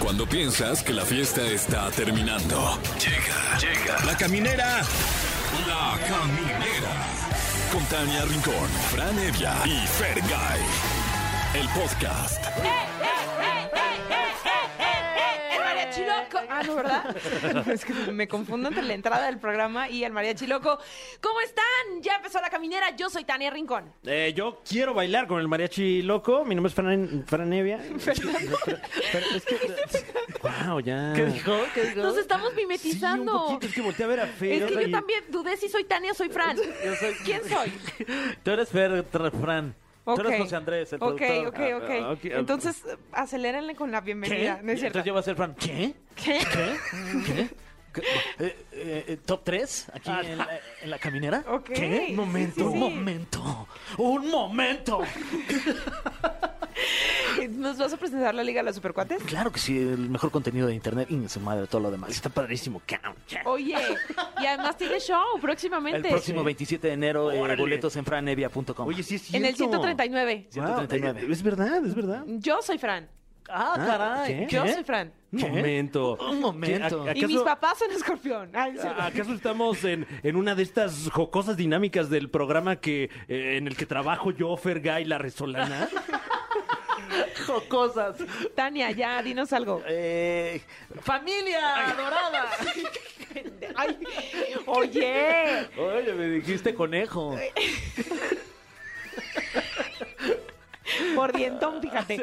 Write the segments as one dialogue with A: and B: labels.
A: Cuando piensas que la fiesta está terminando. Llega, llega. La caminera. La caminera. Con Tania Rincón, Fran Evia y Fer El podcast.
B: ¡Eh! ¡El mariachi loco! Ah, no, ¿verdad? Es que me confundo entre la entrada del programa y el mariachi loco. ¿Cómo están? Ya empezó la caminera. Yo soy Tania Rincón.
C: Eh, yo quiero bailar con el mariachi loco. Mi nombre es Fran, Fran Evia. Pero es que- wow, ya.
D: ¿Qué dijo? ¿Qué dijo?
B: Nos estamos
C: Sí, un
B: mimetizando.
C: poquito, es que volteé a ver a Fer.
B: es que yo
C: y-
B: también dudé si soy Tania o soy Fran. ¿Quién soy?
D: Tú eres Fer Tra- Fran. Tú eres
B: Ok.
D: José Andrés, el
B: Ok,
D: productor.
B: ok,
C: Ah,
B: ok.
C: ah, ok, ah.
B: Entonces, acelerenle con la
D: ¿Qué?
B: bienvenida. No es cierto.
D: Entonces yo voy a ser Fran. ¿Qué?
B: ¿Qué?
D: ¿Qué? ¿Qué? ¿Qué? Eh, eh, eh, ¿Top 3? ¿Aquí en, la, en la caminera?
B: Ah. Ok,
D: ¿Qué?
B: sí,
D: Un momento,
B: sí, sí.
D: un momento. ¡Un momento!
B: ¿Nos vas a presentar la Liga de los Supercuates?
D: Claro que sí, el mejor contenido de internet y su madre, todo lo demás. Está padrísimo. cabrón.
B: Oye, y además tiene show próximamente.
D: El próximo 27 de enero, eh,
C: Órale.
D: boletos en franevia.com.
C: Oye, sí es
B: En
C: cierto.
B: el 139.
C: Wow,
D: 139.
C: eh, es verdad, es verdad.
B: Yo soy Fran.
D: Ah,
C: Ah,
D: caray.
C: ¿qué?
B: Yo soy Fran.
C: Un
D: ¿Qué?
C: ¿Eh? momento.
D: Un momento.
C: ¿Qué? ¿A-
B: Y mis
C: acaso-
B: papás son escorpión. Ay, sí.
D: Ah.
C: ¿A- ¿Acaso estamos en, en una de estas jocosas dinámicas del programa que eh, en el que trabajo yo, Fergay, la resolana?
D: Jocosas.
B: Tania, ya, dinos algo.
D: Eh, familia dorada.
B: Ay, oye.
D: Oye, me dijiste conejo.
B: Eh. Por dientón, fíjate.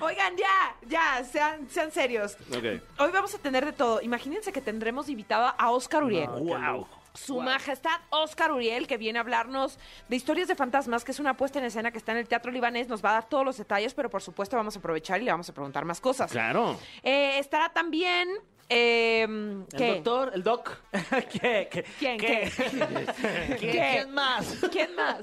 B: Oigan, ya, ya, sean, sean serios.
C: Ok.
B: Hoy vamos a tener de todo. Imagínense que tendremos invitada a Oscar
C: Ah,
B: Uriel.
C: ¡Wow!
B: Su majestad Oscar Uriel, que viene a hablarnos de historias de fantasmas, que es una puesta en escena que está en el Teatro Libanés, nos va a dar todos los detalles, pero por supuesto vamos a aprovechar y le vamos a preguntar más cosas.
C: Claro.
B: Eh, estará también. eh, ¿qué?
D: ¿El doctor? ¿El doc? ¿Qué? ¿Qué?
B: ¿Quién?
D: ¿Qué?
B: ¿Qué? ¿Qué?
D: ¿Quién- ¿Quién más?
B: ¿Quién más?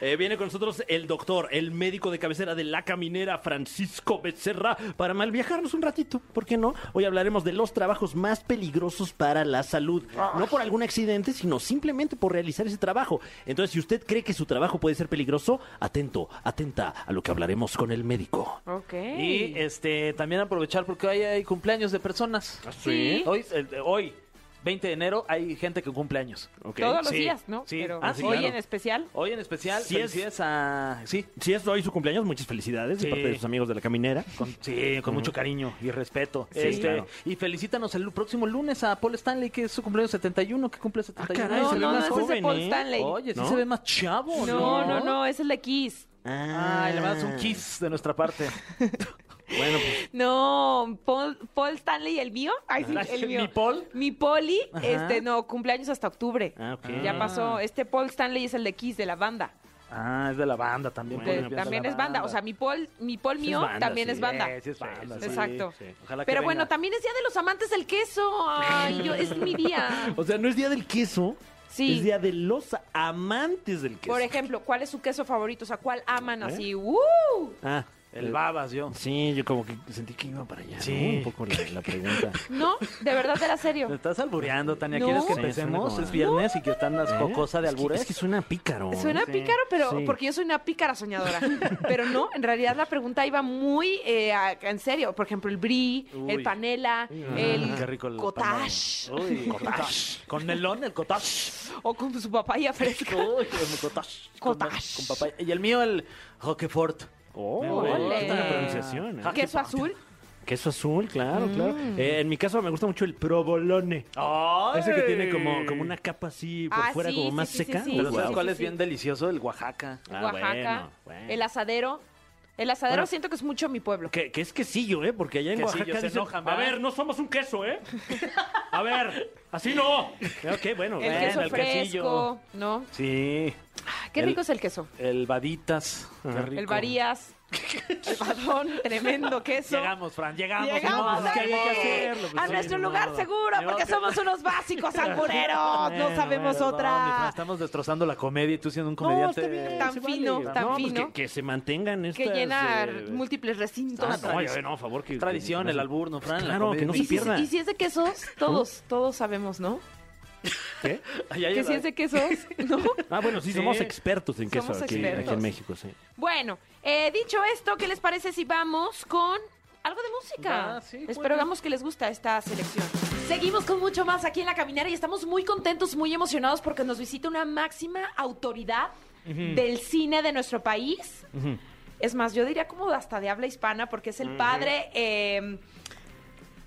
C: Eh, viene con nosotros el doctor, el médico de cabecera de la caminera, Francisco Becerra, para mal viajarnos un ratito. ¿Por qué no? Hoy hablaremos de los trabajos más peligrosos para la salud. No por algún accidente, sino simplemente por realizar ese trabajo. Entonces, si usted cree que su trabajo puede ser peligroso, atento, atenta a lo que hablaremos con el médico.
B: Ok.
D: Y este también aprovechar porque hoy hay cumpleaños de personas.
B: Sí.
D: Hoy, el- hoy, 20 de enero, hay gente que cumple años.
C: Ok.
B: Todos los
D: Sí,
B: días, ¿no?
D: sí.
B: Pero
D: Ah, sí,
B: hoy
D: claro.
B: en especial.
D: Hoy en especial,
C: Sí es.
D: felicidades a... Sí,
C: Si es hoy su cumpleaños, muchas felicidades de
D: Sí.
C: parte de sus amigos de la caminera.
D: con, sí, con mucho cariño y respeto.
C: Sí,
D: Este,
C: claro.
D: Y felicítanos el próximo lunes a Paul Stanley, que es su cumpleaños 71, que cumple 71.
C: caray,
B: no,
C: se ve
B: no, no,
C: más
B: ese es de
C: joven,
B: Paul
C: ¿eh?
B: Stanley.
D: Oye, sí
C: ¿No?
D: se ve más chavo,
B: no, no, no, ese es el de Kiss.
D: Ay, le mandas un kiss de nuestra parte.
C: ah, Bueno, pues,
B: No, Paul, Paul Stanley y el mío. Ay, sí, el mío.
D: ¿Mi Paul?
B: Mi Poli,
D: Ajá.
B: este, no, cumpleaños hasta octubre.
C: Ah, ok.
B: Ya pasó. Este Paul Stanley es el de Kiss, de la banda.
D: Ah, es de la banda también.
B: De-
C: Bueno, pues,
B: también
D: de la
B: es banda. O sea, mi Paul, mi Paul mío
C: banda,
B: también
C: sí.
B: es banda.
D: Sí, sí es banda, sí.
B: Exacto.
C: sí.
D: Ojalá que
B: Pero bueno,
D: venga.
B: también es día de los amantes del queso. Ay, yo, es mi día.
C: o sea, no es día del queso.
B: Sí.
C: Es día de los amantes del queso.
B: Por ejemplo, ¿cuál es su queso favorito? O sea, ¿cuál aman
D: ¿Eh?
B: así? ¡Uh!
C: Ah,
D: El babas, yo.
C: Sí, yo como que sentí que iba para allá.
D: Sí.
C: ¿no? Un poco la, la pregunta.
B: No, de verdad era
D: Te
B: serio.
D: estás albureando, Tania.
B: No.
D: ¿Quieres que
C: Sí, suena
D: empecemos?
C: como-
D: Es viernes y que están las
C: ¿Eh?
D: jocosa de
C: Es que-
D: albures.
C: Es que, suena pícaro. ¿eh?
B: Suena
D: Sí,
B: pícaro, pero
C: sí.
B: porque yo soy una pícara soñadora. Pero no, en realidad la pregunta iba muy eh, a- en serio. Por ejemplo, el brie, el
D: Uy.
B: panela, el
D: Mm, Qué rico el
B: cottage
D: pandan. Uy, cottage. Con melón, el cottage.
B: o con su papaya fresca.
D: Uy, el cottage. Con-
B: Cottage.
D: Con, papaya. Y el mío, el roquefort. Me
C: Oh,
D: gusta.
B: Ole.
C: qué buena pronunciación. ¿eh?
D: Ja-
B: Queso azul.
C: Queso azul, claro, claro.
B: Mm.
C: Eh, en mi caso me gusta mucho el provolone.
D: ¡Ay!
C: Ese que tiene como, como una capa así por
B: Ah,
C: fuera,
B: sí,
C: como
B: sí,
C: más
B: sí, sí,
C: seca.
B: sí,
D: Pero
B: sí,
D: ¿sabes
B: sí,
D: cuál
B: sí,
D: es
B: sí.
D: bien delicioso? El Oaxaca.
C: Ah,
B: Oaxaca,
C: bueno, bueno.
B: el asadero. El asadero
C: Bueno.
B: siento que es mucho mi pueblo.
C: Que, que es quesillo, ¿eh? Porque allá en
D: Quesillo,
C: Oaxaca
D: se
C: dicen,
D: enojan,
C: A
D: ¿verdad?
C: ver, no somos un queso, ¿eh? A ver, así no. Ok, bueno.
B: El
C: bueno,
B: queso
D: el
B: fresco,
D: quesillo.
B: ¿no?
D: Sí.
B: Ah, Qué
D: El-
B: rico es el queso.
D: El Baditas. Qué
C: Ajá.
D: rico.
B: El varías, el badón, tremendo queso.
D: Llegamos, Fran, llegamos.
B: Llegamos
D: No, pues, ¿qué
B: ahí,
D: había que hacerlo? Pues,
B: a
D: sí,
B: nuestro
D: ni
B: lugar
D: modo.
B: seguro,
D: Ni modo
B: porque
D: que-
B: somos unos básicos albureros.
D: Bueno,
B: No sabemos
D: bueno, no, mi Fran,
B: otra.
D: estamos destrozando la comedia y tú siendo un
C: No,
D: comediante.
C: está bien,
B: Tan
C: se
B: fino, tan
C: No, pues
B: fino.
C: que, que se mantengan estas...
B: Que llena
C: eh,
B: múltiples recintos.
C: Ah, no, ya, no, a favor. Que,
D: Tradición,
C: que-
D: el albur, ¿no, Fran? La
C: Claro,
D: comedia.
C: que no
B: y,
C: se
B: si,
C: pierda.
B: y si es de quesos, todos, todos sabemos, ¿no?
C: ¿Qué?
D: Ay, ay,
B: Que
D: ay,
B: si es de quesos, ¿no?
C: Ah, bueno, sí,
D: Sí.
C: somos expertos en queso
B: Somos
C: aquí,
B: expertos.
C: aquí en México, sí.
B: Bueno, eh, dicho esto, ¿qué les parece si vamos con algo de música.
D: Va, sí,
B: Esperamos que les gusta esta selección. Seguimos con mucho más aquí en La Caminera y estamos muy contentos, muy emocionados porque nos visita una máxima autoridad del cine de nuestro país. Es más, yo diría como hasta de habla hispana porque es el padre... eh,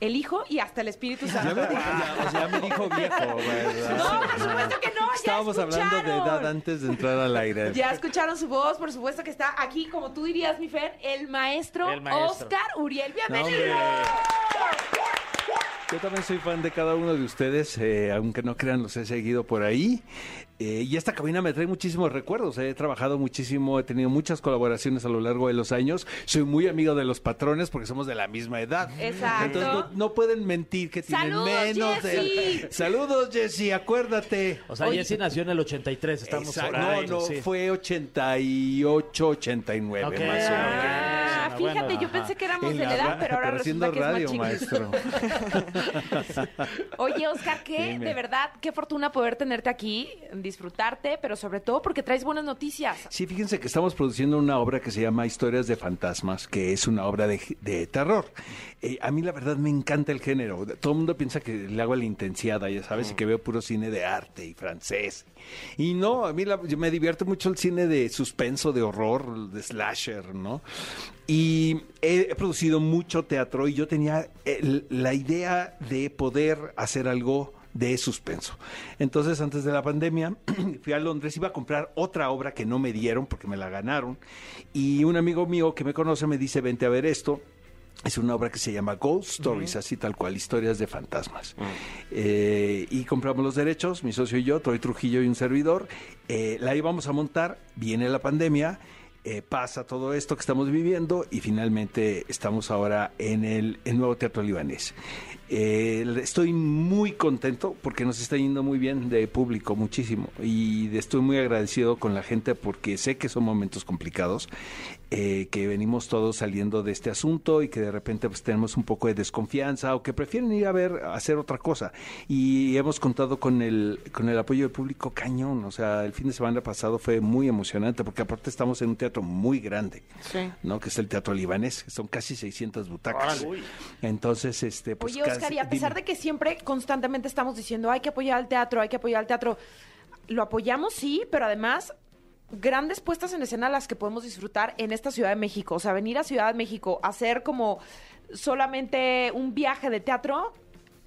B: el Hijo y hasta el Espíritu
E: Ya
B: Santo.
E: me, dijo, Pues ya, ya me dijo viejo, ¿verdad?
B: No, por supuesto que no. ya
E: Estábamos hablando de
B: escucharon.
E: edad antes de entrar al aire.
B: Ya escucharon su voz, por supuesto que está aquí, como tú dirías, mi Fer, el maestro,
D: El maestro.
B: Oscar Uriel. ¡Bienvenido!
E: Yo también soy fan de cada uno de ustedes, eh, aunque no crean, los he seguido por ahí. Eh, y esta cabina me trae muchísimos recuerdos. He trabajado muchísimo, he tenido muchas colaboraciones a lo largo de los años. Soy muy amigo de los patrones porque somos de la misma edad.
B: Exacto.
E: Entonces no, no pueden mentir que tienen
B: ¡Saludos,
E: menos
B: Jessy!
E: de. Saludos, Jessy, acuérdate.
D: O sea,
B: Oye.
D: Jessy nació en el 83, estamos
E: Exacto.
D: por ahí,
E: No, no,
D: sí.
E: fue 88, 89
D: Ok.
E: más o menos.
B: Ah,
D: Ah, bueno,
B: fíjate, yo
D: ajá.
B: pensé que éramos
E: En
B: de la
E: la
B: edad,
E: ra-
B: pero ahora
E: haciendo
B: resulta que
E: radio,
B: es más chiquito.
E: maestro.
B: Oye, Oscar, qué,
E: Dime.
B: de verdad, qué fortuna poder tenerte aquí, disfrutarte, pero sobre todo porque traes buenas noticias.
E: Sí, fíjense que estamos produciendo una obra que se llama Historias de Fantasmas, que es una obra de, de terror. Eh, a mí la verdad me encanta el género. Todo el mundo piensa que le hago a la intensiada, ya
B: Mm.
E: sabes, y que veo puro cine de arte y francés. Y no, a mí la- yo me divierte mucho el cine de suspenso, de horror, de slasher, ¿no? Y he, he producido mucho teatro y yo tenía el- la idea de poder hacer algo de suspenso. Entonces, antes de la pandemia, fui a Londres, iba a comprar otra obra que no me dieron porque me la ganaron. Y un amigo mío que me conoce me dice, vente a ver esto. Es una obra que se llama Ghost Stories, así tal cual, historias de fantasmas. Eh, y compramos los derechos, mi socio y yo, Troy Trujillo y un servidor. Eh, la íbamos a montar, viene la pandemia, eh, pasa todo esto que estamos viviendo y finalmente estamos ahora en el, el nuevo Teatro Libanés. Eh, estoy muy contento porque nos está yendo muy bien de público, muchísimo. Y de- estoy muy agradecido con la gente porque sé que son momentos complicados, eh, que venimos todos saliendo de este asunto y que de repente pues, tenemos un poco de desconfianza o que prefieren ir a ver, a hacer otra cosa. Y hemos contado con el, con el apoyo del público cañón. O sea, el fin de semana pasado fue muy emocionante porque aparte estamos en un teatro muy grande. ¿no? que es el Teatro Libanés, que son casi 600 butacas. Entonces, este, pues
B: Oye, Oscar,
E: casi-
B: y a pesar
E: dime.
B: de que siempre constantemente estamos diciendo hay que apoyar al teatro, hay que apoyar al teatro, lo apoyamos, sí, pero además grandes puestas en escena las que podemos disfrutar en esta Ciudad de México. O sea, venir a Ciudad de México, hacer como solamente un viaje de teatro,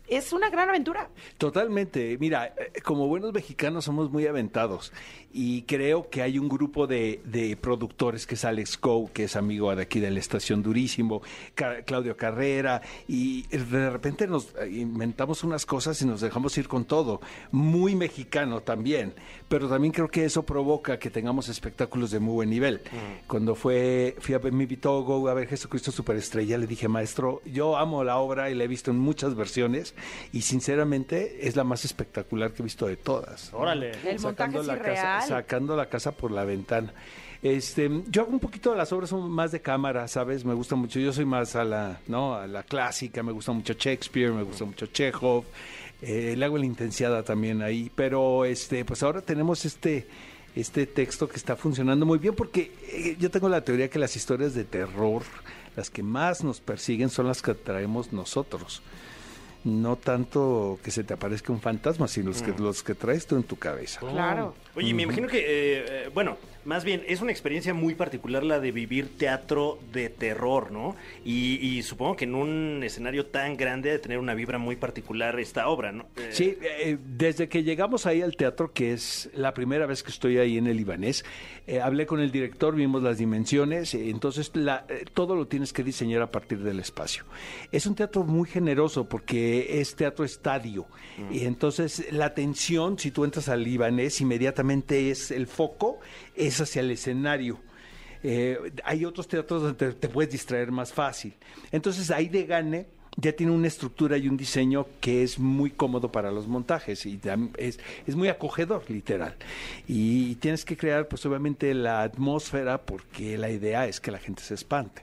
B: es una gran aventura.
E: Totalmente. Mira, eh, como buenos mexicanos somos muy aventados y creo que hay un grupo de, de productores que es Alex Coe, que es amigo de aquí de la estación Durísimo, Ca- Claudio Carrera, y de repente nos eh, inventamos unas cosas y nos dejamos ir con todo. Muy mexicano también, pero también creo que eso provoca que tengamos espectáculos de muy buen nivel. Cuando fue, fui a ver mi Vitogo, a ver Jesucristo Superestrella, le dije, maestro, yo amo la obra y la he visto en muchas versiones y sinceramente es la más espectacular que he visto de todas. ¿no?
D: Órale.
B: El montaje es
E: la
B: irreal.
E: casa, sacando la casa por la ventana. Este, yo hago un poquito de las obras son más de cámara, ¿sabes? Me gusta mucho, yo soy más a la, ¿no? a la clásica, me gusta mucho Shakespeare, me gusta mucho Chekhov, eh, le hago la intensiada también ahí, pero este, pues ahora tenemos este, este texto que está funcionando muy bien porque eh, yo tengo la teoría que las historias de terror, las que más nos persiguen son las que traemos nosotros. No tanto que se te aparezca un fantasma, sino los que, los que traes tú en tu cabeza.
B: Claro.
F: Oye, me imagino que, eh, eh, bueno, más bien es una experiencia muy particular la de vivir teatro de terror, ¿no? Y, y supongo que en un escenario tan grande ha de tener una vibra muy particular esta obra, ¿no? Eh,
C: este,
E: Sí, eh, desde que llegamos ahí al teatro, que es la primera vez que estoy ahí en el Ibanés, eh, hablé con el director, vimos las dimensiones, eh, entonces la- eh, todo lo tienes que diseñar a partir del espacio. Es un teatro muy generoso porque es teatro estadio, y entonces la atención, si tú entras al Ibanés, inmediatamente es el foco, es hacia el escenario. Eh, hay otros teatros donde te, te puedes distraer más fácil. Entonces ahí de gane ya tiene una estructura y un diseño que es muy cómodo para los montajes y tam- es, es muy acogedor, literal. Y tienes que crear, pues obviamente, la atmósfera porque la idea es que la gente se espante.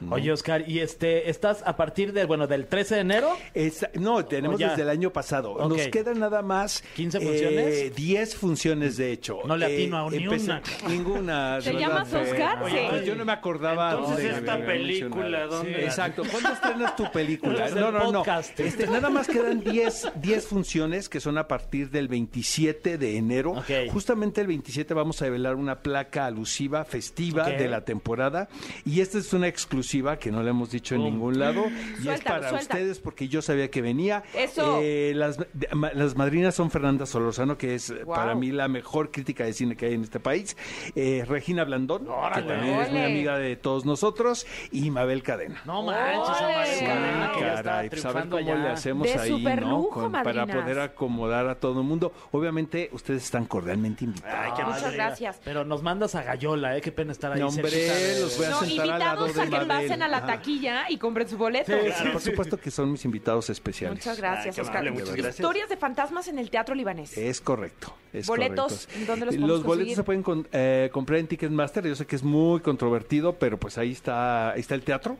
D: Mm. Oye, Oscar, y este, estás a partir de, bueno, del 13 de enero.
E: Esta- no, tenemos
D: O Oh, ya.
E: desde el año pasado. Nos
D: Ok.
E: quedan nada más.
D: ¿15 funciones?
E: 10 funciones, de hecho. Eh,
D: No le atino a ni una.
E: Ninguna.
B: ¿Te
E: de verdad.
B: llamas Oscar?
E: Oye,
B: Sí.
E: Yo no me acordaba.
F: Entonces,
E: de-
F: esta
E: de- de-
F: película,
E: mencionar.
F: ¿dónde
E: Sí,
F: la-
E: exacto. ¿Cuándo estrenas tu película?
D: Es el
E: No, no, no.
D: podcast.
E: Este, nada más quedan 10 10 funciones que son a partir del 27 de enero.
D: Ok.
E: Justamente el 27 vamos a velar una placa alusiva, festiva
D: Ok.
E: de la temporada. Y esta es una exclusiva que no la hemos dicho en ningún lado. Y es
B: Suéltalo,
E: para
B: suelta.
E: ustedes porque yo sabía que venía.
B: Eso.
E: Eh, las, de- ma- las madrinas son Fernanda Solorzano, que es eh,
B: Wow.
E: para mí la mejor crítica de cine que hay en este país. Eh, Regina Blandón, que también es muy
B: Ole.
E: amiga de todos nosotros. Y Mabel Cadena.
D: No manches,
B: ¡Ole!
D: Omar,
B: Sí,
D: Cadena, que ya está
E: caray, pues, a ver
D: triunfando
E: cómo
D: allá.
E: le hacemos
B: De
E: ahí, ¿no?
B: superlujo,
E: para
B: madrinas.
E: poder acomodar a todo el mundo. Obviamente, ustedes están cordialmente invitados.
F: Ay, qué
B: Muchas
F: padre.
B: gracias.
D: Pero nos mandas a Gallola, ¿eh? Qué pena estar ahí.
E: No, hombre,
D: cerquita de-
E: los voy a
B: No,
E: sentar al lado
B: invitados
E: de
B: a que
E: Mabel.
B: pasen a la
E: Ajá.
B: taquilla y compren su boleto.
E: Sí, por supuesto que son mis invitados especiales.
B: Muchas
F: Ay,
B: gracias,
F: qué
B: Oscar.
F: amable, muchas gracias.
B: Historias de fantasmas en el teatro libanés.
E: Es correcto. es
B: Boletos,
E: correcto.
B: ¿dónde los podemos
E: Los boletos
B: conseguir?
E: se pueden con- eh, comprar en Ticketmaster. Yo sé que es muy controvertido, pero pues ahí está, ahí está el teatro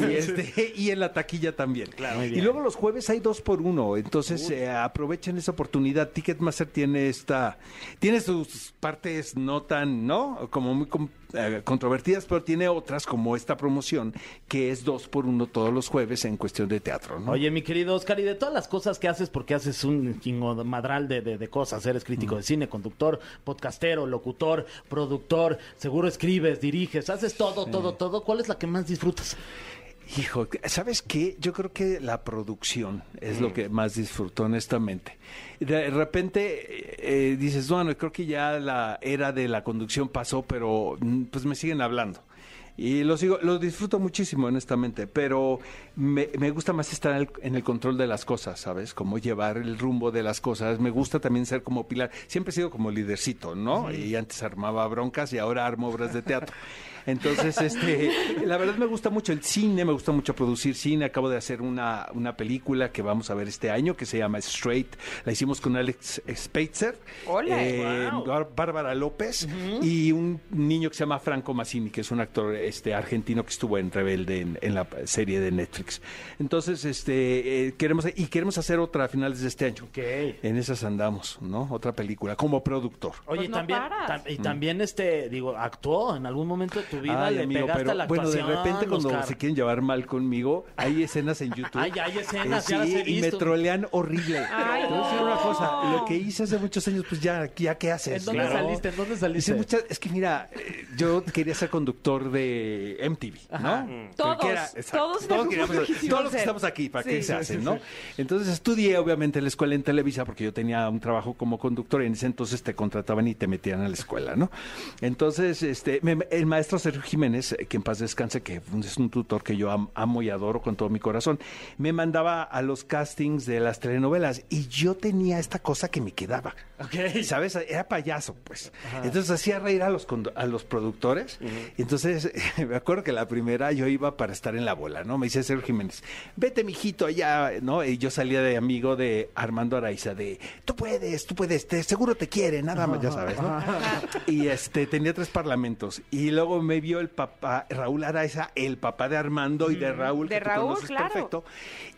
E: y, este, y en la taquilla también.
F: Ah, muy
E: y
F: bien.
E: luego los jueves hay dos por uno, entonces eh, aprovechen esa oportunidad. Ticketmaster tiene esta, tiene sus partes no tan, no, como muy com- eh, controvertidas, pero tiene otras como esta promoción que es dos por uno todos los jueves en cuestión de teatro. ¿no?
D: Oye, mi querido Oscar, y de todas las cosas que haces, porque haces un chingo madral de, de- de cosas, eres crítico de
E: Mm.
D: cine, conductor, podcastero, locutor, productor, seguro escribes, diriges, haces todo, todo, todo. ¿Cuál es la que más disfrutas?
E: Hijo, ¿sabes qué? Yo creo que la producción es lo que más disfruto, honestamente. De repente eh, eh, dices, bueno, creo que ya la era de la conducción pasó, pero mm, pues me siguen hablando. Y lo sigo, lo disfruto muchísimo, honestamente, pero me, me gusta más estar al- en el control de las cosas, ¿sabes? Como llevar el rumbo de las cosas. Me gusta también ser como pilar. Siempre he sido como lidercito, ¿no? Y antes armaba broncas y ahora armo obras de teatro. Entonces, este, la verdad me gusta mucho el cine, me gusta mucho producir cine. Acabo de hacer una, una película que vamos a ver este año que se llama Straight. La hicimos con Alex Spitzer,
B: Ole.
E: eh, Bár- Bárbara López y un niño que se llama Franco Massini, que es un actor este, argentino que estuvo en Rebelde en, en la serie de Netflix. Entonces, este, eh, queremos y queremos hacer otra a finales de este año. En esas andamos, ¿no? Otra película como productor.
D: Oye,
B: Pues no
D: también,
B: paras.
D: tam-
E: Mm.
D: y también, este, digo, actuó en algún momento de tu vida,
E: Ay,
D: le
E: Ah, amigo,
D: pegaste
E: pero,
D: a la
E: bueno, de
D: actuación,
E: repente cuando
D: Oscar.
E: se quieren llevar mal conmigo, hay escenas en YouTube.
D: Ay, hay escenas,
E: Eh,
D: ya las he
E: y me
D: visto.
E: trolean horrible.
B: Ay,
E: Te voy a decir
B: no.
E: una cosa, lo que hice hace muchos años, pues ya, ya ¿qué haces?
D: ¿En dónde
E: Claro.
D: saliste? ¿En dónde
E: Hice
D: saliste?
E: muchas- es que mira, eh, yo quería ser conductor de MTV, ¿no?
B: Todos,
E: Que era-
B: todos en algún
E: queríamos-
B: momento quisimos
E: todos los que
B: ser.
E: estamos aquí, ¿para
B: Sí.
E: qué se hacen, no? Entonces estudié obviamente en la escuela en Televisa porque yo tenía un trabajo como conductor y en ese entonces te contrataban y te metían a la escuela, ¿no? Entonces, este, me- el maestro Sergio Jiménez, eh, que en paz descanse, que fue un- es un tutor que yo am- amo y adoro con todo mi corazón, me mandaba a los castings de las telenovelas y yo tenía esta cosa que me quedaba. ¿Sabes? Era payaso, pues. Entonces hacía reír a los, condu- a los productores. Entonces, me acuerdo que la primera yo iba para estar en la bola, ¿no? Me dice Sergio Jiménez, vete, mijito, allá, ¿no? Y yo salía de amigo de Armando Araiza, de tú puedes, tú puedes, te- seguro te quiere, nada más, ya sabes, ¿no? Y este, tenía tres parlamentos. Y luego me vio el papá, Raúl Araiza, el papá de Armando y de Raúl,
B: De
E: que tú
B: Raúl,
E: conoces
B: claro.
E: perfecto.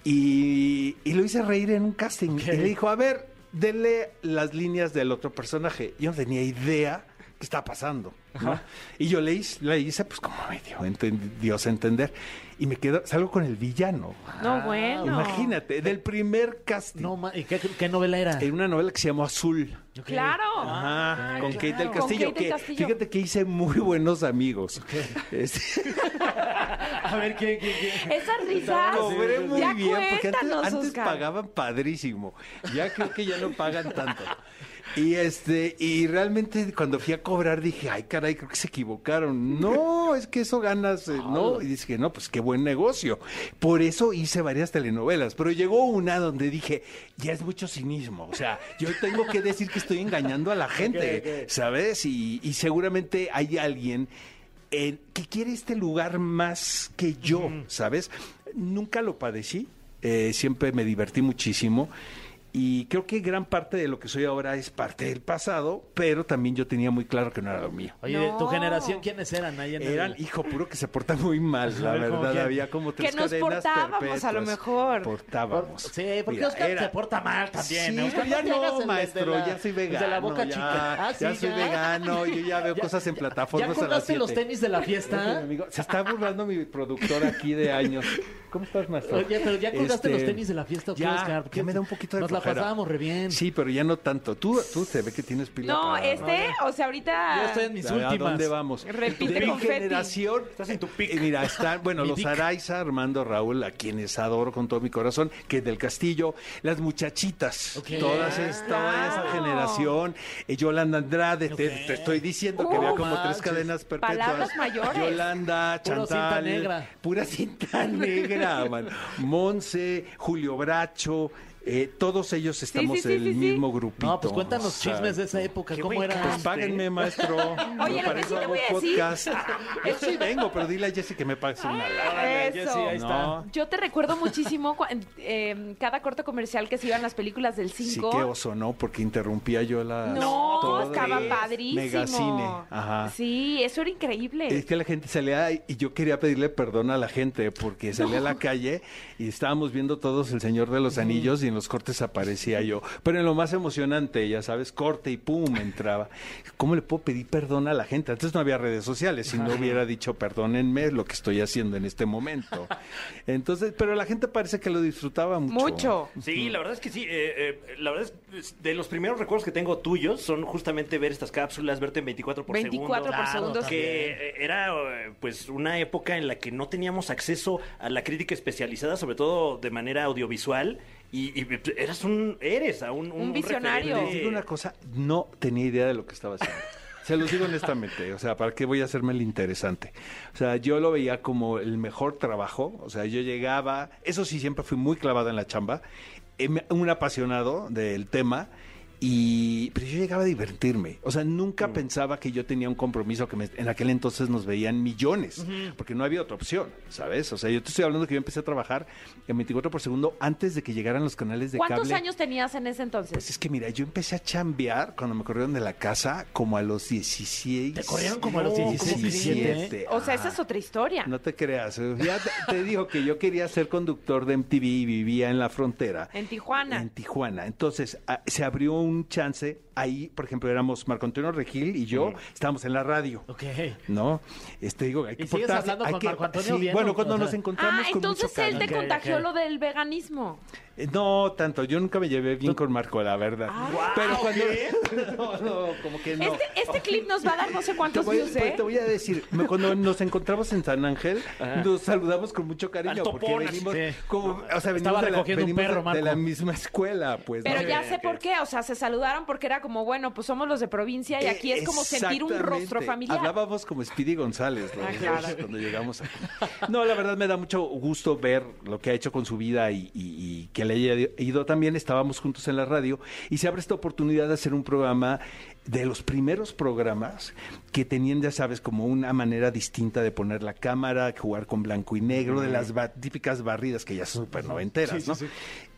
E: Y, y lo hice reír en un casting. Y le dijo, a ver, denle las líneas del otro personaje. Yo no tenía idea qué estaba pasando. ¿no? Y yo le hice, le hice, pues como me dio enten- Dios a entender. Y me quedo, salgo con el villano.
B: No, bueno.
E: ah, Imagínate, del primer casting.
D: No, ma- ¿y qué, qué novela era?
E: En una novela que se llamó Azul.
B: Claro.
E: Ajá,
B: Ay,
E: con Kate
B: Ah, claro.
E: del Castillo.
B: Con Kate del
E: que,
B: Castillo.
E: Fíjate que hice muy buenos amigos. Este,
D: A ver, ¿qué, qué, qué?
B: Esas risas.
E: Cobré muy
B: ya
E: bien, porque antes,
B: cuéntanos,
E: antes
B: Oscar.
E: pagaban padrísimo. Ya creo que ya no pagan tanto. Y este, y realmente cuando fui a cobrar dije, ay caray, creo que se equivocaron. No, es que eso ganas, eh, ¿no? Y dije, no, pues qué buen negocio. Por eso hice varias telenovelas. Pero llegó una donde dije, ya es mucho cinismo. O sea, yo tengo que decir que estoy engañando a la gente, ¿sabes? Y, y seguramente hay alguien eh, que quiere este lugar más que yo, ¿sabes? Nunca lo padecí, eh, siempre me divertí muchísimo y creo que gran parte de lo que soy ahora es parte del pasado, pero también yo tenía muy claro que no era lo mío.
D: Oye, de ¿tu
B: No.
D: generación quiénes eran ahí en el-
E: Eran, hijo puro, que se porta muy mal, la
D: A ver, ¿cómo
E: verdad.
D: quién?
E: Había como tres
B: Que nos
E: cadenas
B: portábamos, a lo
E: perpetuas.
B: mejor.
E: Portábamos.
D: Por- sí, porque
E: Mira,
D: Oscar
E: era-
D: se porta mal también.
E: Sí,
D: ¿eh? Oscar,
E: pero ya
D: te hagas el
E: no,
D: de
E: maestro,
D: la-
E: ya soy
D: el
E: vegano.
D: De la boca
E: ya,
D: chica. Ah, sí,
E: ya soy vegano, yo ya veo
D: Ya-
E: cosas en
D: ya-
E: plataformas
D: ¿Ya
E: a las
D: compraste los
E: siete.
D: tenis de la
E: Oye,
D: fiesta?
E: amigo, se está burlando mi productor aquí de años. ¿Cómo estás, maestro? Este,
D: Oye, pero ya colgaste los tenis de la fiesta, ¿o qué,
E: ya,
D: Oscar?
E: Ya me da un poquito de
D: Nos la
E: flojera.
D: pasábamos re bien.
E: Sí, pero ya no tanto. Tú, tú se ve que tienes pila
B: No,
E: para-
B: este, o sea, ahorita.
D: Yo estoy en mis
E: ¿A
D: últimas.
E: dónde vamos?
B: Repite
E: de mi
B: confeti.
E: generación.
C: Estás en tu pic.
E: eh, Mira, están, bueno,
D: Mi
E: los
D: pic.
E: Araiza, Armando, Raúl, a quienes adoro con todo mi corazón, que del Castillo, las muchachitas,
D: Ok.
E: todas es- toda esa
B: Claro.
E: generación, eh, Yolanda Andrade, te,
D: Ok.
E: te estoy diciendo que había
D: Oh,
E: como
D: manches.
E: tres cadenas perpetuas.
B: Uh, Palabras mayores.
E: Yolanda,
D: Puro
E: Chantal,
D: cinta negra.
E: pura cinta negra, man. Monse, Julio Bracho, eh, todos ellos estamos
B: sí, sí,
E: en el
B: sí, sí.
E: mismo grupito.
D: No, pues cuéntanos
E: O sea,
D: chismes de esa época.
C: Qué
D: ¿Cómo
C: buen
D: era?
E: pues páguenme, maestro.
B: Oye, lo que sí te voy a decir-
E: Ah, Yo sí vengo, pero dile a Jessy que me pague una lana.
B: Eso.
E: ahí está. No.
B: Yo te recuerdo muchísimo cua- eh, cada corto comercial que se iban las películas del
E: Sí,
B: 5.
E: que oso, ¿no? Porque interrumpía yo la.
B: No,
E: todo
B: estaba
E: el
B: padrísimo.
E: Megacine. Ajá.
B: Sí, eso era increíble.
E: Es que la gente salía y yo quería pedirle perdón a la gente porque salía a la calle y estábamos viendo todos El Señor de los Anillos y en los cortes aparecía yo. Pero en lo más emocionante, ya sabes, corte y pum, entraba. ¿Cómo le puedo pedir perdón a la gente? Antes no había redes sociales, si no hubiera dicho perdónenme lo que estoy haciendo en este momento. Entonces, pero la gente parece que lo disfrutaba mucho.
B: Mucho.
C: Sí, la verdad es que sí. eh, eh, la verdad es de los primeros recuerdos que tengo tuyos son justamente ver estas cápsulas, verte en 24 por
B: 24
C: segundo.
B: por
C: Claro,
B: segundo, sí.
C: Que eh, era eh, pues una época en la que no teníamos acceso a la crítica especializada, sobre todo de manera audiovisual. Y, y eras un. Eres a un,
B: Un visionario.
C: referente.
E: Les digo una cosa, no tenía idea de lo que estaba haciendo. Se los digo honestamente, o sea, ¿para qué voy a hacerme el interesante? O sea, yo lo veía como el mejor trabajo, o sea, yo llegaba, eso sí, siempre fui muy clavado en la chamba, em- un apasionado del tema, y, pero yo llegaba a divertirme, o sea, nunca pensaba que yo tenía un compromiso que me- en aquel entonces nos veían millones, porque no había otra opción, ¿sabes? O sea, yo te estoy hablando que yo empecé a trabajar en 24 por segundo antes de que llegaran los canales de
B: ¿Cuántos
E: cable.
B: años tenías en ese entonces?
E: Pues es que mira, yo empecé a chambear cuando me corrieron de la casa como a los 16.
D: Te corrieron como a los 16, 17.
B: o sea, esa
E: ajá.
B: es otra historia.
E: Este, ah, No te creas. eh, Ya te, te digo que yo quería ser conductor de MTV y vivía en la frontera.
B: En Tijuana.
E: En Tijuana. Entonces, a- se abrió un chance. Ahí, por ejemplo, éramos Marco Antonio Regil y yo, estábamos en la radio.
D: Ok.
E: ¿No? Este digo, hay que
D: ¿Y sigues
E: portarse,
D: hablando
E: hay
D: con
E: que-
D: Marco Antonio
E: sí,
D: bien, o-
E: Bueno,
D: o
E: cuando nos
D: sea-
E: encontramos
B: Ah,
E: con
B: entonces
E: mucho
B: él te
E: cariño.
D: Ok,
B: contagió
D: ok.
B: lo del veganismo.
E: Eh, No tanto, yo nunca me llevé bien con Marco, la verdad. Pero cuando no, no, como que no.
B: Ah, Este, este clip nos va a dar no sé
E: Te
B: cuántos
E: voy,
B: views, ¿eh?
E: te voy a decir, me- cuando nos encontramos en San Ángel, nos saludamos con mucho cariño
C: Al topón,
E: porque venimos
D: así. Sí.
E: como, o sea,
D: Estaba
E: venimos, de la,
D: recogiendo un
E: venimos de-
D: perro, Marco.
E: de la misma escuela, pues. ¿no?
B: Pero ya sé
C: ok.
B: por qué, o sea, se saludaron porque era como, bueno, pues somos los de provincia y aquí es como sentir un rostro
E: Eh, Exactamente.
B: familiar.
E: Hablábamos como Speedy González los
B: Ah,
E: dos
B: claro.
E: cuando llegamos aquí. No, la verdad me da mucho gusto ver lo que ha hecho con su vida y, y- y que le haya ido también. Estábamos juntos en la radio y se abre esta oportunidad de hacer un programa de los primeros programas que tenían, ya sabes, como una manera distinta de poner la cámara, jugar con blanco y negro, de las ba- típicas barridas que ya son súper noventeras, ¿no?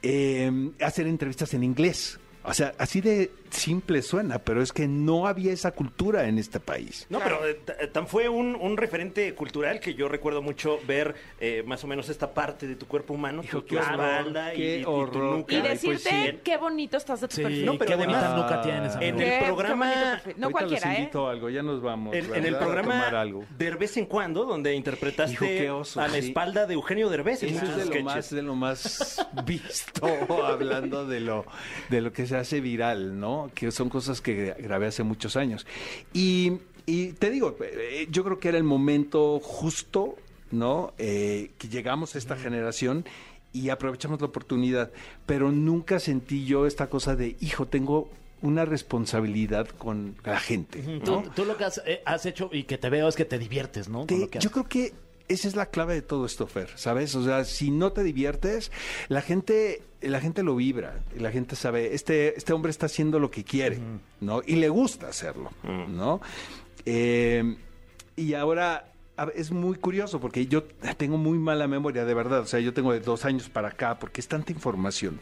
E: Eh, hacer entrevistas en inglés. O sea, así de simple suena, pero es que no había esa cultura en este país.
C: No, pero eh, t- eh, tan fue un, un referente cultural que yo recuerdo mucho ver eh, más o menos esta parte de tu cuerpo humano,
E: Hijo,
C: tu, tu
E: qué horror,
C: espalda y-
E: qué
C: y, y tu
E: horror.
C: nuca.
B: y
E: Ay, pues
B: decirte
E: sí.
B: qué bonito estás de tu
D: Sí,
B: perfil.
C: No, pero
D: qué bonita
C: además-
D: nuca tienes,
C: en
D: amigo.
C: el
B: Qué- qué
C: programa-
B: bonito perfil. No
E: Ahorita
B: cualquiera,
E: los
B: ¿eh?
E: invito a algo, ya nos vamos.
C: En,
E: la
C: en el
E: verdad, a tomar
C: programa
E: algo.
C: de vez en cuando, donde interpretaste
E: Hijo, qué oso,
C: a la
E: sí.
C: espalda de Eugenio Derbez en
E: Eso es
C: muchos
E: de lo
C: sketches.
E: más, de lo más visto, hablando de lo, de lo que se hace viral, ¿no? Que son cosas que grabé hace muchos años. Y, y te digo, eh, yo creo que era el momento justo, ¿no? Eh, que llegamos a esta generación y aprovechamos la oportunidad. Pero nunca sentí yo esta cosa de, hijo, tengo una responsabilidad con la gente, ¿no?
D: Tú, tú lo que has, eh, has hecho y que te veo es que te diviertes, ¿no? Con
E: Te-
D: lo que
E: yo
D: haces.
E: creo que esa es la clave de todo esto, Fer, ¿sabes? O sea, si no te diviertes, la gente, la gente lo vibra, la gente sabe, este, este hombre está haciendo lo que quiere, ¿no? Em, Y le gusta hacerlo, ¿no? Eh, y ahora a- es muy curioso porque yo tengo muy mala memoria, de verdad. O sea, yo tengo de dos años para acá porque es tanta información.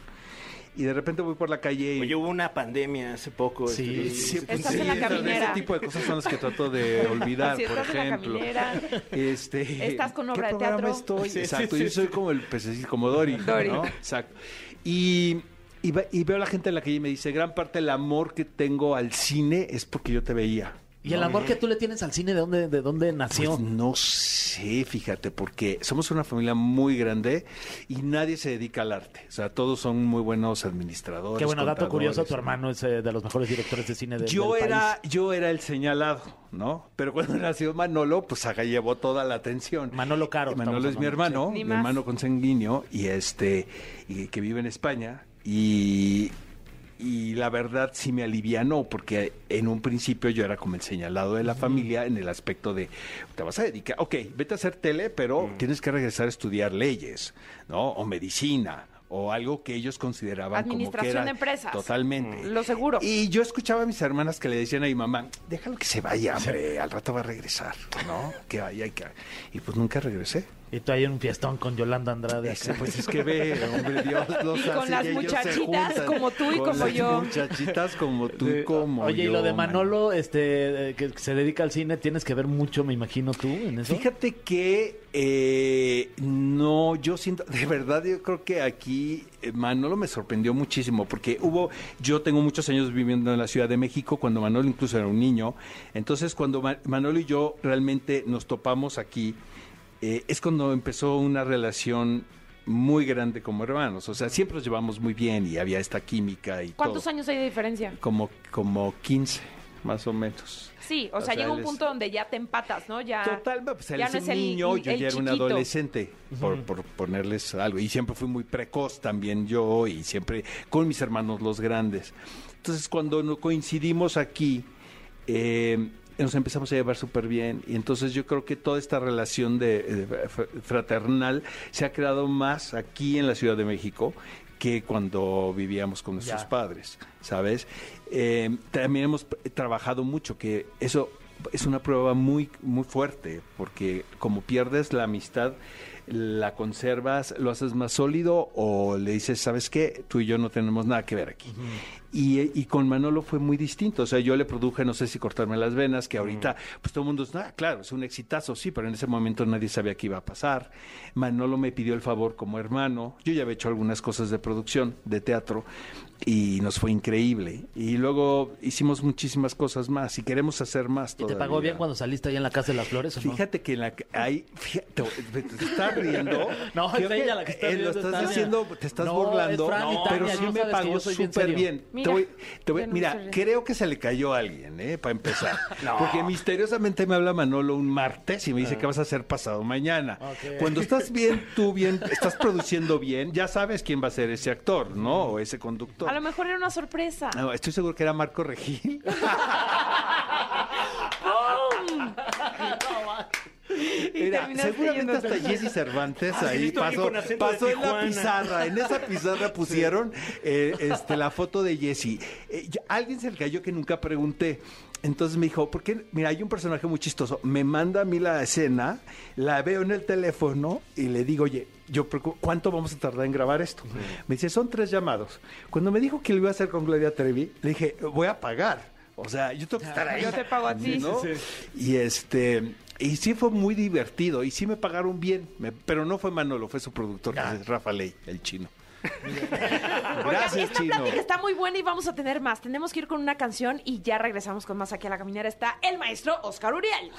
E: Y de repente voy por la calle y...
C: Oye, hubo una pandemia hace poco. este,
D: Sí,
E: Sí, pues,
B: Estás en la
E: sí, tal vez
B: caminera.
E: Ese tipo de cosas son las que trato de olvidar,
B: Si
E: por
B: estás en la
E: ejemplo.
B: caminera.
E: Este,
B: Estás con obra
E: ¿qué
B: de
E: programa
B: teatro?
E: estoy? Exacto, yo soy como el pececito, como Dory,
B: Dory.
E: ¿no? Exacto. Y, y, ve- y veo a la gente en la calle y me dice, gran parte del amor que tengo al cine es porque yo te veía.
D: ¿Y el amor que tú le tienes al cine, de dónde, de dónde nació?
E: Pues no sé, fíjate, porque somos una familia muy grande y nadie se dedica al arte. O sea, todos son muy buenos administradores.
D: Qué bueno, dato
E: contadores.
D: curioso, tu hermano es eh, de los mejores directores de cine de,
E: Yo
D: del
E: era,
D: país.
E: yo era el señalado, ¿no? Pero cuando nació Manolo, pues acá llevó toda la atención.
D: Manolo Caro,
E: Manolo
D: estamos
E: es mi
D: hablando,
E: hermano,
B: sí. Ni
E: mi
B: más.
E: hermano consanguíneo, y este, y que vive en España. Y, y la verdad sí me alivianó, porque en un principio yo era como el señalado de la familia en el aspecto de te vas a dedicar, ok, vete a hacer tele, pero
D: Mm.
E: tienes que regresar a estudiar leyes, ¿no? O medicina. O algo que ellos consideraban como que
B: Administración
E: era
B: de empresas.
E: totalmente.
B: Mm. Lo seguro.
E: Y yo escuchaba a mis hermanas que le decían a mi mamá, déjalo que se vaya, hombre, al rato va a regresar, ¿no? Que vaya y que... Y pues nunca regresé.
D: Y tú ahí en un fiestón con Yolanda Andrade.
E: Ese,
D: acá.
E: pues es que ve, hombre, Dios los
B: Y con
E: hace
B: las
E: que ellos se
B: muchachitas
E: juntan.
B: como tú y
E: Con
B: como
E: las
B: yo.
E: muchachitas como tú y como
D: Oye,
E: yo.
D: y lo de
E: man.
D: Manolo, este, eh, que que se dedica al cine, tienes que ver mucho, me imagino tú, en eso.
E: Fíjate que eh, no, yo siento, de verdad yo creo que aquí eh, Manolo me sorprendió muchísimo porque hubo, yo tengo muchos años viviendo en la Ciudad de México cuando Manolo incluso era un niño, entonces cuando Ma- Manolo y yo realmente nos topamos aquí, eh, es cuando empezó una relación muy grande como hermanos, o sea, siempre nos llevamos muy bien y había esta química y
B: ¿Cuántos
E: todo.
B: años hay de diferencia?
E: Como, como 15, más o menos.
B: Sí, o, sea, llega un
E: él es-
B: punto donde ya te empatas, ¿no? Ya,
E: Total, pues él
B: ya
E: es
B: no
E: un niño, yo
B: el
E: ya era un
B: chiquito.
E: adolescente, por, por ponerles algo. Y siempre fui muy precoz también yo y siempre con mis hermanos los grandes. Entonces, cuando no coincidimos aquí, eh, nos empezamos a llevar súper bien. Y entonces yo creo que toda esta relación de, de fra- fraternal se ha creado más aquí en la Ciudad de México que cuando vivíamos con nuestros
D: Ya.
E: padres, ¿sabes? Eh, también hemos p- trabajado mucho, que eso es una prueba muy, muy fuerte, porque como pierdes la amistad, la conservas, lo haces más sólido o le dices, ¿sabes qué? Tú y yo no tenemos nada que ver aquí. Y, y con Manolo fue muy distinto. O sea, yo le produje, no sé si cortarme las venas, que ahorita, pues todo el mundo es, ah, claro, es un exitazo, sí, pero en ese momento nadie sabía qué iba a pasar. Manolo me pidió el favor como hermano. Yo ya había hecho algunas cosas de producción, de teatro, y nos fue increíble. Y luego hicimos muchísimas cosas más y queremos hacer más
D: ¿Y te
E: todavía.
D: pagó bien cuando saliste ahí en la Casa de las Flores o no?
E: Fíjate que en la ca- ahí fíjate, te, te estás riendo.
D: No,
E: Creo
D: es ella la que está
E: eh, Lo
D: riendo,
E: estás
D: Tania.
E: diciendo, te estás
D: No,
E: burlando,
D: es Fran y
E: no,
D: Tania,
E: pero
D: tú
E: sí me
D: sabes que yo
E: pagó
D: soy bien
E: súper
D: serio.
E: bien. Te
B: Mira,
E: voy- te voy-
B: ya no
E: mira,
B: se ríe.
E: creo que se le cayó a alguien, ¿eh? Para empezar. Porque misteriosamente me habla Manolo un martes y me dice que vas a hacer pasado mañana.
D: Ah. Ok.
E: Cuando estás bien, tú bien, estás produciendo bien, ya sabes quién va a ser ese actor, ¿no? O ese conductor.
B: A lo mejor era una sorpresa.
E: No, estoy seguro que era Marco Regil.
B: Y
E: Mira,
B: terminaste
E: seguramente
B: yéndote.
E: hasta Jessy Cervantes
C: Ah, sí,
E: ahí
C: estoy
E: pasó,
C: con acento de
E: pasó en la
C: Tijuana.
E: pizarra. En esa pizarra pusieron eh, este, la foto de Jessy. Eh, yo- alguien se le cayó que nunca pregunté. Entonces me dijo, ¿por qué? Mira, hay un personaje muy chistoso. Me manda a mí la escena, la veo en el teléfono y le digo, oye, yo preocu- ¿cuánto vamos a tardar en grabar esto? Me dice, son tres llamados. Cuando me dijo que lo iba a hacer con Gloria Trevi, le dije, voy a pagar. O sea, yo tengo que estar ahí.
B: Ah, Yo te pago a ti.
E: ¿no? Y este y sí fue muy divertido y sí me pagaron bien, me- pero no fue Manolo, fue su productor, que
B: Ah.
E: es Rafa Ley, el chino.
B: Oigan,
E: Gracias,
B: esta
E: chino.
B: plática está muy buena y vamos a tener más. Tenemos que ir con una canción y ya regresamos con más aquí a la caminera. Está el maestro Oscar Uriel.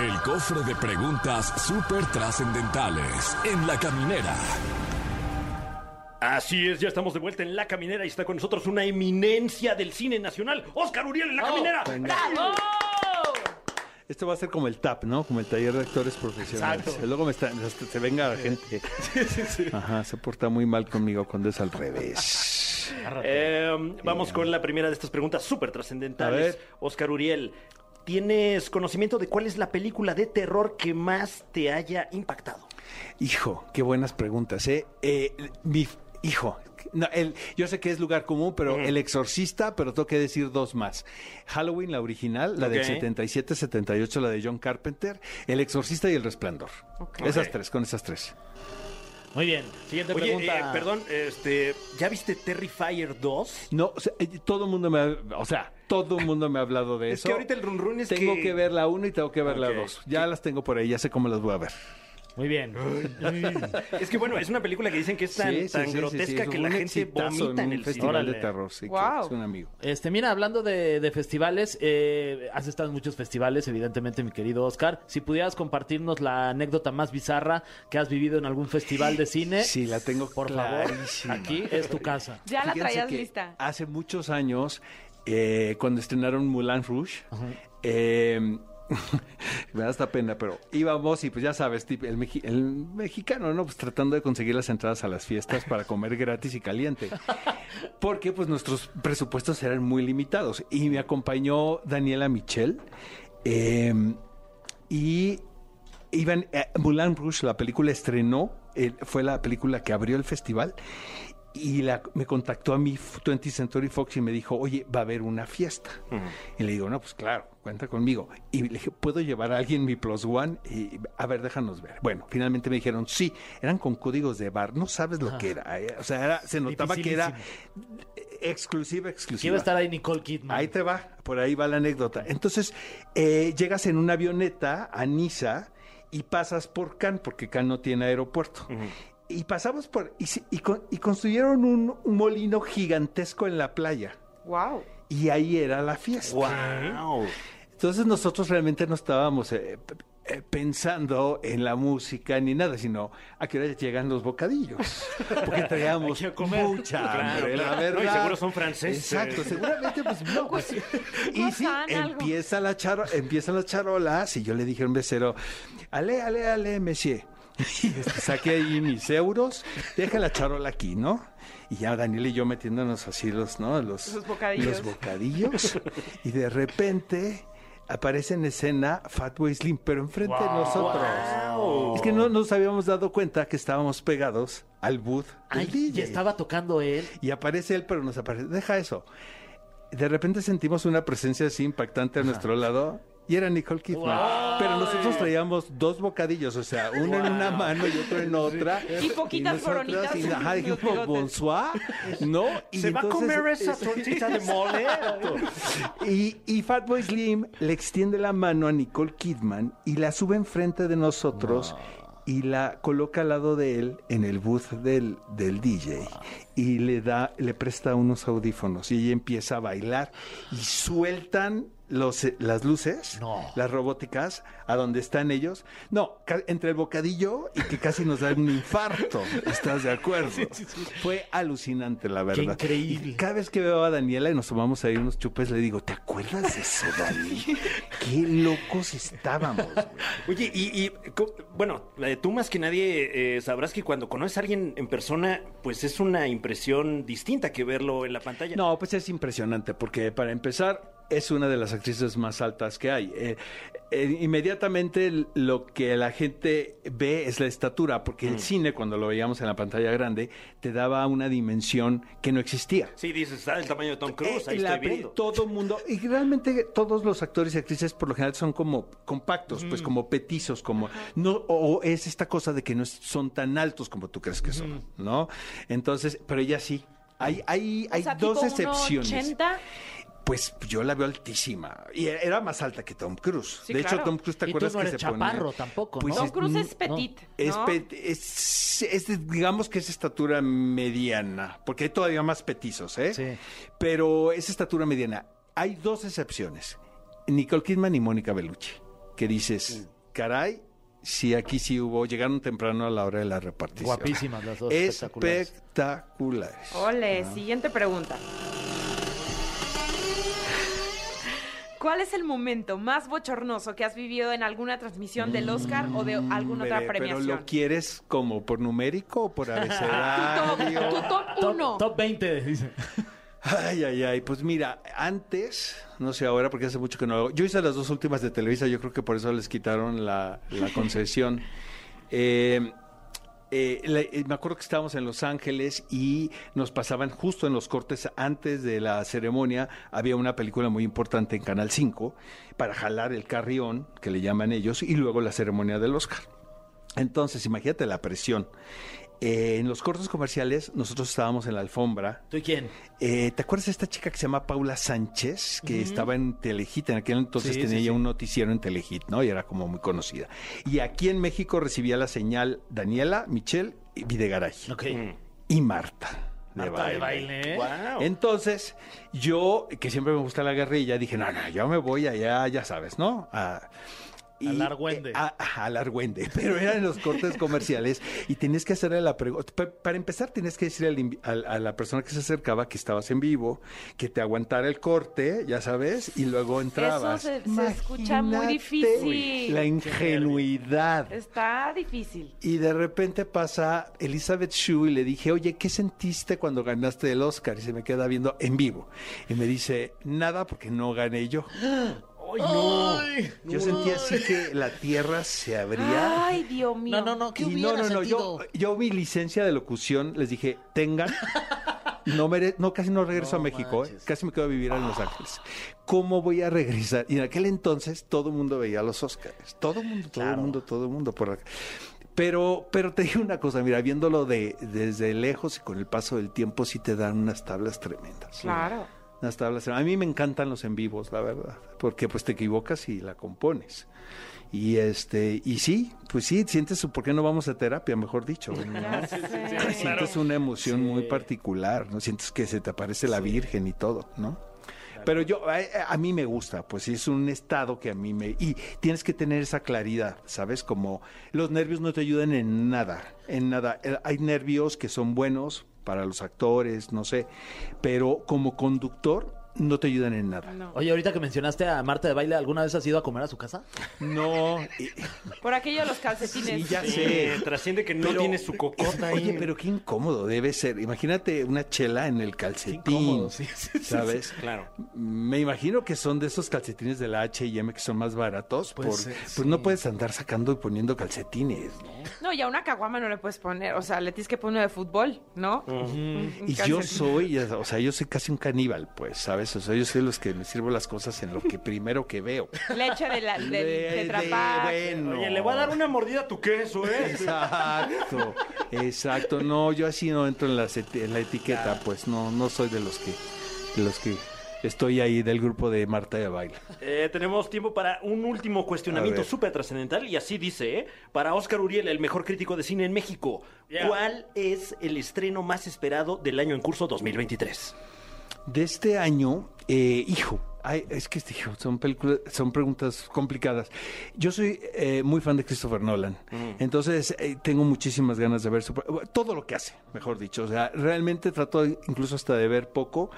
A: El cofre de preguntas súper trascendentales en la caminera.
C: Así es, ya estamos de vuelta en La Caminera y está con nosotros una eminencia del cine nacional, Oscar Uriel en La Caminera.
E: pues
B: ¡Bravo!
E: Esto va a ser como el TAP, ¿no? Como el taller de actores profesionales. Luego me está- se venga la gente. Ajá, se porta muy mal conmigo cuando es al revés.
C: Eh, vamos con la primera de estas preguntas súper trascendentales.
E: A ver.
C: Oscar Uriel, ¿tienes conocimiento de cuál es la película de terror que más te haya impactado?
E: Hijo, qué buenas preguntas, ¿eh? Eh, mi- hijo, no, el- yo sé que es lugar común, pero El Exorcista, pero tengo que decir dos más. Halloween, la original, la
C: Ok.
E: del 77-78, la de John Carpenter, El Exorcista y El Resplandor. Esas
C: Ok.
E: tres, con esas tres.
D: Muy bien, siguiente
C: Oye,
D: pregunta.
C: eh, perdón, este, ¿ya viste Terrifier 2?
E: No, o sea, eh, todo el mundo me ha, o sea, todo el mundo me ha hablado de
C: Es
E: eso.
C: que ahorita el run run es
E: Tengo
C: que-
E: que... ver la uno y tengo que ver la
C: Ok.
E: dos. Ya las tengo por ahí, ya sé cómo las voy a ver.
D: Muy bien.
C: Es que bueno, es una película que dicen que es tan,
E: Sí, sí,
C: tan
E: sí, sí,
C: grotesca
E: sí, es
C: que
E: un
C: la gente
E: exitazo
C: vomita en
E: un
C: el
E: festival
C: festival.
E: de terror, sí, que
B: Wow.
E: es un amigo.
D: Este, mira, hablando de, de festivales, eh, has estado en muchos festivales, evidentemente, mi querido Oscar. Si pudieras compartirnos la anécdota más bizarra que has vivido en algún festival de cine,
E: Sí, la tengo
D: por
E: clarísima.
D: favor, aquí es tu casa.
B: Ya la
E: Fíjense
B: traías
E: que
B: lista.
E: Hace muchos años, eh, cuando estrenaron Moulin Rouge, eh, me da hasta pena, pero íbamos y pues ya sabes, tip- el, meji- el mexicano, ¿no? Pues tratando de conseguir las entradas a las fiestas para comer gratis y caliente. Porque pues nuestros presupuestos eran muy limitados. Y me acompañó Daniela Michel. eh, y iban, eh, Moulin Rouge, la película estrenó, eh, fue la película que abrió el festival y la- me contactó a mi 20 Century Fox y me dijo, oye, va a haber una fiesta. Y le digo, no, pues claro, cuenta conmigo. Y le dije, ¿puedo llevar a alguien mi plus one? Y, a ver, déjanos ver. Bueno, finalmente me dijeron, sí, eran con códigos de bar, no sabes lo que era. eh. O sea, era- se notaba que era exclusiva,
D: Aquí
E: exclusiva.
D: iba a estar ahí Nicole Kidman.
E: Ahí te va, por ahí va la anécdota. Entonces, eh, llegas en una avioneta a Niza y pasas por Cannes, porque Cannes no tiene aeropuerto.
C: Mm.
E: Y pasamos por. Y, se- y con- y construyeron un, un molino gigantesco en la playa.
B: Wow.
E: Y ahí era la fiesta.
C: ¡Wow!
E: Entonces, nosotros realmente no estábamos eh, p- eh, pensando en la música ni nada, sino a qué hora llegan los bocadillos. Porque traíamos
C: Hay que comer.
E: mucha
C: Claro,
E: hambre,
C: claro.
E: la verdad.
C: No, y seguro son franceses.
E: Exacto, seguramente pues no, pues, y sí,
B: Gozan algo.
E: empieza la charo, empiezan las charolas y yo le dije a un mesero, ale, ale, ale, monsieur. Y este, saqué ahí mis euros, deja la charola aquí, ¿no? Y ya Daniel y yo metiéndonos así los, ¿no? Los,
B: Los bocadillos.
E: los bocadillos. Y de repente aparece en escena Fatboy Slim, pero enfrente de nosotros. Es que no nos habíamos dado cuenta que estábamos pegados al booth del
D: Ay,
E: DJ.
D: ya estaba tocando él.
E: Y aparece él, pero nos aparece. Deja eso. De repente sentimos una presencia así impactante a nuestro lado. Y era Nicole Kidman. Pero nosotros traíamos dos bocadillos, o sea, uno en una mano y otro en otra.
B: Y poquitas
E: nosotras,
B: coronitas
E: Y, ajá,
B: en los
E: dijimos,
B: bigotes.
E: "Bonsoir", ¿no? Y
C: ¿Se va a
E: entonces,
C: comer esa
E: es-
C: tortita de mole?
E: y, y Fatboy Slim le extiende la mano a Nicole Kidman y la sube enfrente de nosotros y la coloca al lado de él en el booth del, del DJ y le da, le presta unos audífonos y ella empieza a bailar y sueltan los, eh, las luces,
D: No.
E: las robóticas, a donde están ellos. No, ca- entre el bocadillo y que casi nos da un infarto. ¿Estás de acuerdo? Fue alucinante, la verdad.
D: increíble.
E: Y cada vez que veo a Daniela y nos tomamos ahí unos chupes, le digo, ¿te acuerdas de eso, Dani? Qué locos estábamos. güey".
C: Oye, y, y, co- bueno, eh, tú más que nadie eh, sabrás que cuando conoces a alguien en persona, pues es una impresión distinta que verlo en la pantalla.
E: No, pues es impresionante, porque para empezar, es una de las actrices más altas que hay. Eh, eh, inmediatamente l- lo que la gente ve es la estatura, porque el cine, cuando lo veíamos en la pantalla grande, te daba una dimensión que no existía.
C: Sí, dices, está del tamaño de Tom Cruise,
E: Eh,
C: ahí
E: la
C: estoy
E: pe-
C: viendo.
E: Todo mundo, y realmente todos los actores y actrices por lo general son como compactos,
C: Mm.
E: pues como petizos, como no, o o es esta cosa de que no es- son tan altos como tú crees que son, ¿no? Entonces, pero ella sí. Hay, hay, hay
B: o sea,
E: dos
B: tipo
E: excepciones.
B: 1.80.
E: Pues yo la veo altísima. Y e-, era más alta que Tom Cruise.
B: Sí,
E: de hecho,
B: claro.
E: Tom Cruise, ¿te
D: Y tú
E: acuerdas
D: no
E: que
D: eres
E: se ponía? Pues
D: chaparro tampoco, ¿no?
B: Tom
E: es-
B: Cruise es
D: no.
B: petit.
E: es,
B: ¿no?
E: pe- es- es- digamos que es estatura mediana, porque hay todavía más petizos, ¿eh?
D: Sí.
E: Pero es estatura mediana. Hay dos excepciones, Nicole Kidman y Mónica Bellucci, que dices, caray, si aquí sí hubo, llegaron temprano a la hora de la repartición.
D: Guapísimas las dos, espectaculares.
E: Espectaculares. espectaculares.
B: Ole,
E: Ah.
B: siguiente pregunta. ¿Cuál es el momento más bochornoso que has vivido en alguna transmisión del Oscar o de alguna
E: Hombre,
B: otra
E: Pero
B: premiación?
E: lo quieres como por numérico o por
B: Top-
E: abecedario.
B: tu top uno.
D: Top, top 20, dice.
E: Ay, ay, ay. Pues mira, antes, no sé ahora porque hace mucho que no lo hago. Yo hice las dos últimas de Televisa, yo creo que por eso les quitaron la, la concesión. Eh, eh, la- eh, me acuerdo que estábamos en Los Ángeles y nos pasaban justo en los cortes antes de la ceremonia, había una película muy importante en Canal 5 para jalar el carrión, que le llaman ellos, y luego la ceremonia del Oscar. Entonces, imagínate la presión. Eh, en los cortes comerciales nosotros estábamos en la alfombra
D: ¿Tú y quién?
E: eh, ¿Te acuerdas de esta chica que se llama Paula Sánchez? Que estaba en Telehit. En aquel entonces
D: Sí,
E: tenía
D: sí,
E: ya
D: sí.
E: un noticiero en Telehit, ¿no? Y era como muy conocida. Y aquí en México recibía la señal Daniela, Michelle y Videgaray.
D: Ok.
E: Y Marta. De
D: Marta de
E: baile.
D: baile. ¿eh?
C: Guau.
E: Entonces, yo, que siempre me gusta la guerrilla, dije, no, no, yo me voy allá, ya sabes, ¿no? A,
D: Al Argüende.
E: eh, a- a- al Argüende, pero eran los cortes comerciales y tenías que hacerle la pregunta. Pa- Para empezar, tenías que decirle al invi- al- a, la persona que se acercaba que estabas en vivo, que te aguantara el corte, ya sabes, y luego entrabas.
B: se- se escucha muy
E: Imagínate
B: difícil.
E: La ingenuidad.
B: Está difícil.
E: Y de repente pasa Elizabeth Shue y le dije, oye, ¿qué sentiste cuando ganaste el Oscar? Y se me queda viendo en vivo. Y me dice, nada, porque no gané yo.
D: ¡Ay, no!
E: Yo sentía así que la tierra se abría.
B: Ay, Dios mío.
D: No, no, no. ¿Qué
E: y
D: hubiera
E: no, no, no,
D: sentido?
E: yo, yo mi licencia de locución les dije, tengan. No, mere- no, casi no regreso
D: No
E: a México, ¿eh?
D: manches.
E: casi me quedo a vivir en Los Ángeles. ¿Cómo voy a regresar? Y en aquel entonces todo el mundo veía los Oscars, todo el mundo, todo el
D: Claro.
E: mundo, todo el mundo. Por acá. Pero, pero te digo una cosa, mira, viéndolo de, desde lejos y con el paso del tiempo sí te dan unas tablas tremendas.
B: Claro.
E: Unas tablas. A mí me encantan los en vivos, la verdad, porque pues te equivocas y la compones. Y este, y sí, pues sí, sientes su por qué no vamos a terapia, mejor dicho. ¿no?
B: Ya sé.
E: Sientes una emoción muy particular, ¿no? Sientes que se te aparece la Virgen y todo, ¿no? Pero yo, a, a mí me gusta, pues sí, es un estado que a mí me... Y tienes que tener esa claridad, ¿sabes? Como los nervios no te ayudan en nada, en nada. Eh, Hay nervios que son buenos para los actores, no sé, pero como conductor no te ayudan en nada.
B: No.
D: Oye, ahorita que mencionaste a Marta de baile, ¿alguna vez has ido a comer a su casa?
E: No, y-
B: Por aquello de los calcetines.
E: sí, ya sé.
C: Sí, trasciende que no
E: Pero-
C: tiene su cocota ahí.
E: Oye, pero qué incómodo debe ser. Imagínate una chela en el calcetín.
D: incómodo, sí, sí, sí,
E: ¿Sabes?
C: Claro.
E: Me imagino que son de esos calcetines de la H&M que son más baratos.
D: Pues,
E: Pues,
D: eh, sí.
E: pues no puedes andar sacando y poniendo calcetines. ¿no?
B: No, y a una caguama no le puedes poner. O sea, le tienes que poner uno de fútbol, ¿no? Un
E: Y yo
B: calcetín.
E: soy, ya- o sea, yo soy casi un caníbal, pues, ¿sabes? O sea, yo soy los que me sirvo las cosas en lo que primero que veo.
B: Leche de, la, del
E: De- de-
B: Tetrapac.
E: bueno.
C: Oye, le voy a dar una mordida a tu queso, ¿eh?
E: Exacto, exacto. No, yo así no entro en, las eti- en la etiqueta, pues no, no soy de los que, de los que estoy ahí del grupo de Marta de Baile.
C: Eh, tenemos tiempo para un último
E: A
C: cuestionamiento
E: ver.
C: súper trascendental y así dice, ¿eh? Para Oscar Uriel, el mejor crítico de cine en México,
F: Yeah.
C: ¿cuál es el estreno más esperado del año en curso 2023?
E: De este año, eh, hijo, ay, es que este, hijo, son, películas, son preguntas complicadas. Yo soy eh, muy fan de Christopher Nolan, entonces eh, tengo muchísimas ganas de ver su- todo lo que hace, mejor dicho. O sea, realmente trato de- incluso hasta de ver poco.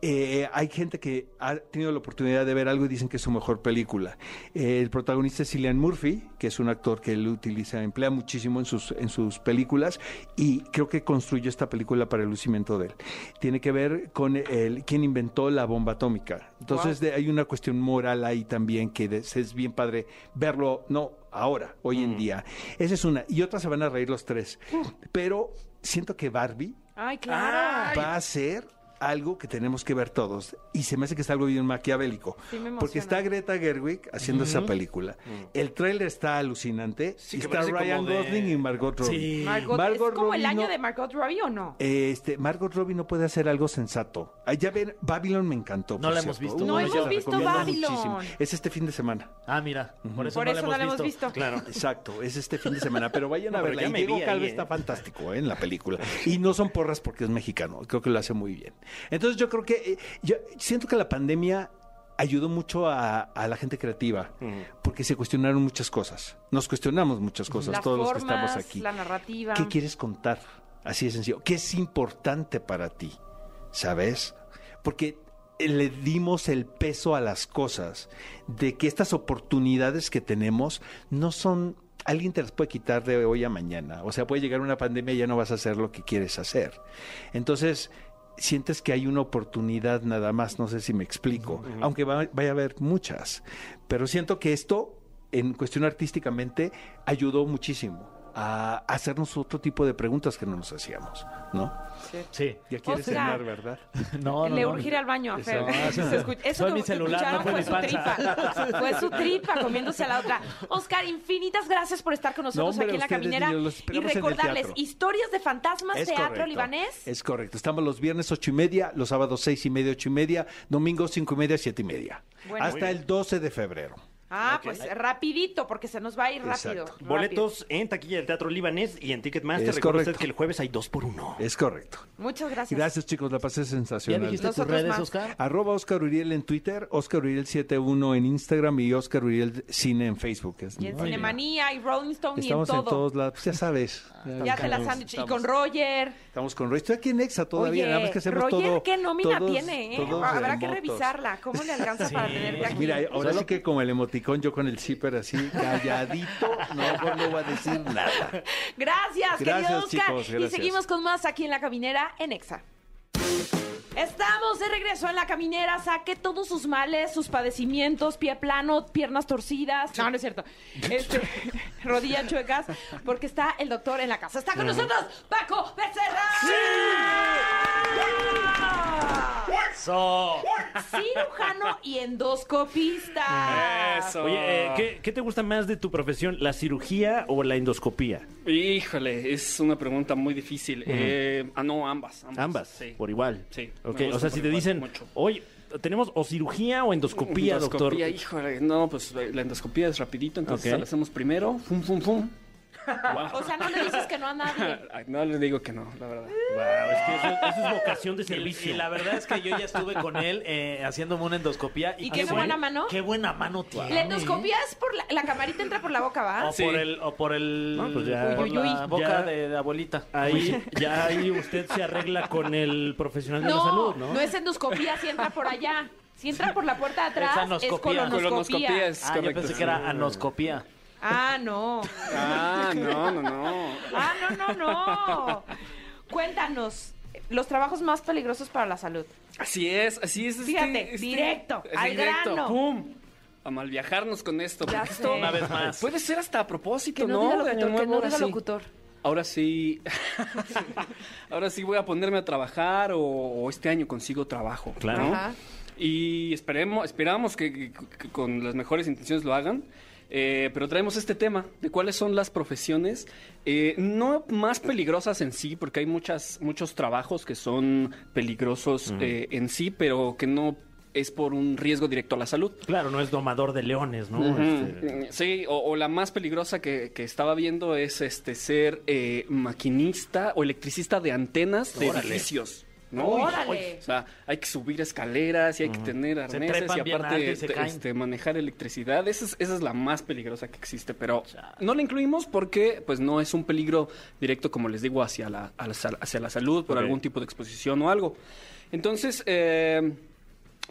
E: Eh, hay gente que ha tenido la oportunidad de ver algo y dicen que es su mejor película. Eh, el protagonista es Cillian Murphy, que es un actor que él utiliza, emplea muchísimo en sus, en sus películas y creo que construyó esta película para el lucimiento de él. Tiene que ver con el, quien inventó la bomba atómica. Entonces de- hay una cuestión moral ahí también que des- es bien padre verlo, no ahora, hoy en día. Esa es una. Y otra se van a reír los tres. Pero siento que Barbie
B: Ay, claro.
E: va a ser algo que tenemos que ver todos. Y se me hace que es algo bien maquiavélico.
B: Sí, me emociona.
E: porque está Greta Gerwig haciendo esa película. El tráiler está alucinante.
C: Sí,
E: y
C: que
E: está
C: parece como
E: Ryan
C: de-
E: Gosling y Margot Robbie.
D: Sí.
B: Margot,
E: Margot
B: ¿Es como el
E: Robbie
B: año
E: no-
B: de Margot Robbie o no?
E: Eh, Este, Margot Robbie no puede hacer algo sensato. Ah, ya ven, Babylon me encantó.
D: No
E: por
D: la hemos
E: cierto.
D: visto. No
E: yo
D: hemos
E: la
B: visto
E: recomiendo
B: Babylon.
E: Es este fin de semana.
D: Ah, mira. Por eso,
B: Por
D: no,
B: eso
D: la hemos visto.
B: visto.
C: Claro.
E: Exacto, es este fin de semana, pero vayan
C: No,
E: a
C: pero
E: verla.
C: ya
E: Y
C: me vi
E: Diego
C: ahí,
E: Calve
C: ¿eh?
E: está fantástico ¿eh? en la película. Y no son porras porque es mexicano, creo que lo hace muy bien. Entonces yo creo que, eh, yo siento que la pandemia ayudó mucho a, a la gente creativa, porque se cuestionaron muchas cosas. Nos cuestionamos muchas cosas,
B: Las
E: todos los que
B: formas,
E: estamos aquí.
B: la narrativa.
E: ¿Qué quieres contar? Así de sencillo. ¿Qué es importante para ti? ¿Sabes? Porque le dimos el peso a las cosas, de que estas oportunidades que tenemos no son... Alguien te las puede quitar de hoy a mañana. O sea, puede llegar una pandemia y ya no vas a hacer lo que quieres hacer. Entonces, sientes que hay una oportunidad nada más, no sé si me explico, aunque va- vaya a haber muchas, pero siento que esto en cuestión artísticamente ayudó muchísimo. a hacernos otro tipo de preguntas que no nos hacíamos, ¿no?
D: Sí.
E: Ya quieres
B: Oscar.
E: cenar, ¿verdad?
D: No, no,
B: Le
D: no.
B: urgir al baño a Fer.
D: Exacto.
B: Se escucha- Eso
D: Fue
B: que
D: mi
B: que
D: celular, no
B: escucharon
D: fue mi panza.
B: su tripa. Fue su tripa comiéndose a la otra. Oscar, infinitas gracias por estar con nosotros
E: hombre,
B: aquí en La
E: ustedes,
B: Caminera.
E: niños, los
B: y
E: esperamos en el
B: recordarles,
E: teatro.
B: historias de fantasmas,
E: Es
B: teatro
E: correcto.
B: libanés.
E: Es correcto. Estamos los viernes ocho y media, los sábados seis y media, ocho y media, domingos cinco y media, siete y media.
B: Bueno.
E: Hasta el 12 de febrero.
B: Ah, pues rapidito, porque se nos va a ir rápido.
E: Exacto.
B: rápido.
C: Boletos en taquilla del Teatro Libanés y en Ticketmaster.
E: Es
C: Recuerda
E: correcto.
C: usted que el jueves hay dos por uno.
E: Es correcto.
B: Muchas gracias.
E: Gracias, chicos. La pasé
D: ¿Ya
E: sensacional.
D: dijiste tus
B: Nosotros
D: redes,
B: más.
D: Oscar?
E: Arroba Oscar Uriel en Twitter, Oscar Uriel71 en Instagram y Oscar Uriel Cine en Facebook. Es-
B: Y en
E: Ay,
B: Cinemanía, y Rolling Stone,
E: Estamos
B: y en
E: en
B: todo.
E: todos lados. Pues Ya sabes.
B: ya te las han dicho. Y con Roger.
E: Estamos con Roy. Estoy aquí en Exa todavía.
B: Oye,
E: nada más que hacemos
B: Roger,
E: todo.
B: qué nómina
E: todos-
B: tiene, ¿eh?
E: todos
B: Habrá que
E: remotos. pues
B: revisarla. ¿Cómo le alcanza para tenerte aquí?
E: Mira, ahora sí que como el emoticón, yo con el zipper así, calladito, no, no voy a decir nada.
B: Gracias, querido
E: Gracias,
B: Oscar.
E: chicos,
B: y
E: gracias.
B: seguimos con más aquí en La Caminera en Exa. Estamos de regreso en La Caminera. Saque todos sus males, sus padecimientos, pie plano, piernas torcidas. No, no es cierto. Este, rodillas chuecas, porque está el doctor en la casa. Está con nosotros Paco Becerra.
D: Eso.
B: Cirujano y endoscopista.
G: Eso.
C: Oye,
D: Ah.
C: eh, ¿qué, qué te gusta más de tu profesión, la cirugía o la endoscopía?
G: eh, Híjole, es una pregunta muy difícil. Eh, ah, no, ambas. Ambas.
C: Ambas,
G: sí.
C: por igual.
G: Sí, me
C: Ok,
G: gusta
C: o sea, si
G: por
C: te
G: igual,
C: dicen,
G: mucho.
C: oye, tenemos o cirugía o endoscopía, doctor.
G: Endoscopía, híjole, no, pues la endoscopía es rapidito, entonces
C: Ok.
G: la hacemos primero, fum, fum, fum.
B: O sea, no le dices que no a nadie.
G: Ay, No le digo que no, la verdad.
C: Wow, es que eso, eso es vocación de servicio.
D: Y la verdad es que yo ya estuve con él eh, haciéndome una endoscopía.
B: ¿Y qué buena mano?
D: Qué buena mano tiene.
B: La endoscopía es por la, la camarita entra por la boca, ¿va?
D: O por el, o por el
C: No, pues ya.
D: por
B: Uy, uy,
D: la
B: uy.
D: boca
C: Ya.
D: de la abuelita.
C: Ahí, ya ahí usted se arregla con el profesional
D: pues,
C: de la
B: No,
C: salud, ¿no?
B: no, es endoscopía si entra por allá. Si entra por la puerta de
D: Es
B: atrás, es,
D: anoscopía.
B: colonoscopía.
G: es
D: ah, yo
G: correcto.
D: pensé que era anoscopía.
B: Ah, no.
G: Ah, no, no, no.
B: Ah, no, no, no. Cuéntanos, los trabajos más peligrosos para la salud.
G: Así es, así es. este-
B: Fíjate,
G: este-
B: directo,
G: es
B: al
G: directo,
B: grano.
G: ¡Pum! A malviajarnos con esto.
B: Ya sé.
G: porque esto
B: Una
D: vez más.
G: Puede ser hasta a propósito,
B: Que no,
G: ¿no?
B: diga
G: De Año
B: locutor, que
G: Nuevo,
B: no
G: ahora
B: diga
G: sí.
B: locutor.
G: Ahora sí. Ahora sí voy a ponerme a trabajar o, o este año consigo trabajo.
C: Claro.
G: ¿no?
B: Ajá.
G: Y esperemos, esperamos que, que con las mejores intenciones lo hagan. eh, pero traemos este tema de cuáles son las profesiones, eh, no más peligrosas en sí, porque hay muchas, muchos trabajos que son peligrosos eh, en sí, pero que no es por un riesgo directo a la salud.
C: Claro, no es domador de leones, ¿no? Este,
G: Mm, Sí, o, o la más peligrosa que, que estaba viendo es este ser eh, maquinista o electricista de antenas de edificios. ¿no?
B: Órale.
G: O sea, hay que subir escaleras y hay que tener arneses
D: trepan
G: y
D: bien alto
G: aparte
D: y se
G: te-
D: caen.
G: este, manejar electricidad. Esa es, esa es la más peligrosa que existe, pero no la incluimos porque pues no es un peligro directo, como les digo, hacia la, a la sal- hacia la salud por
C: Ok.
G: algún tipo de exposición o algo. Entonces, eh,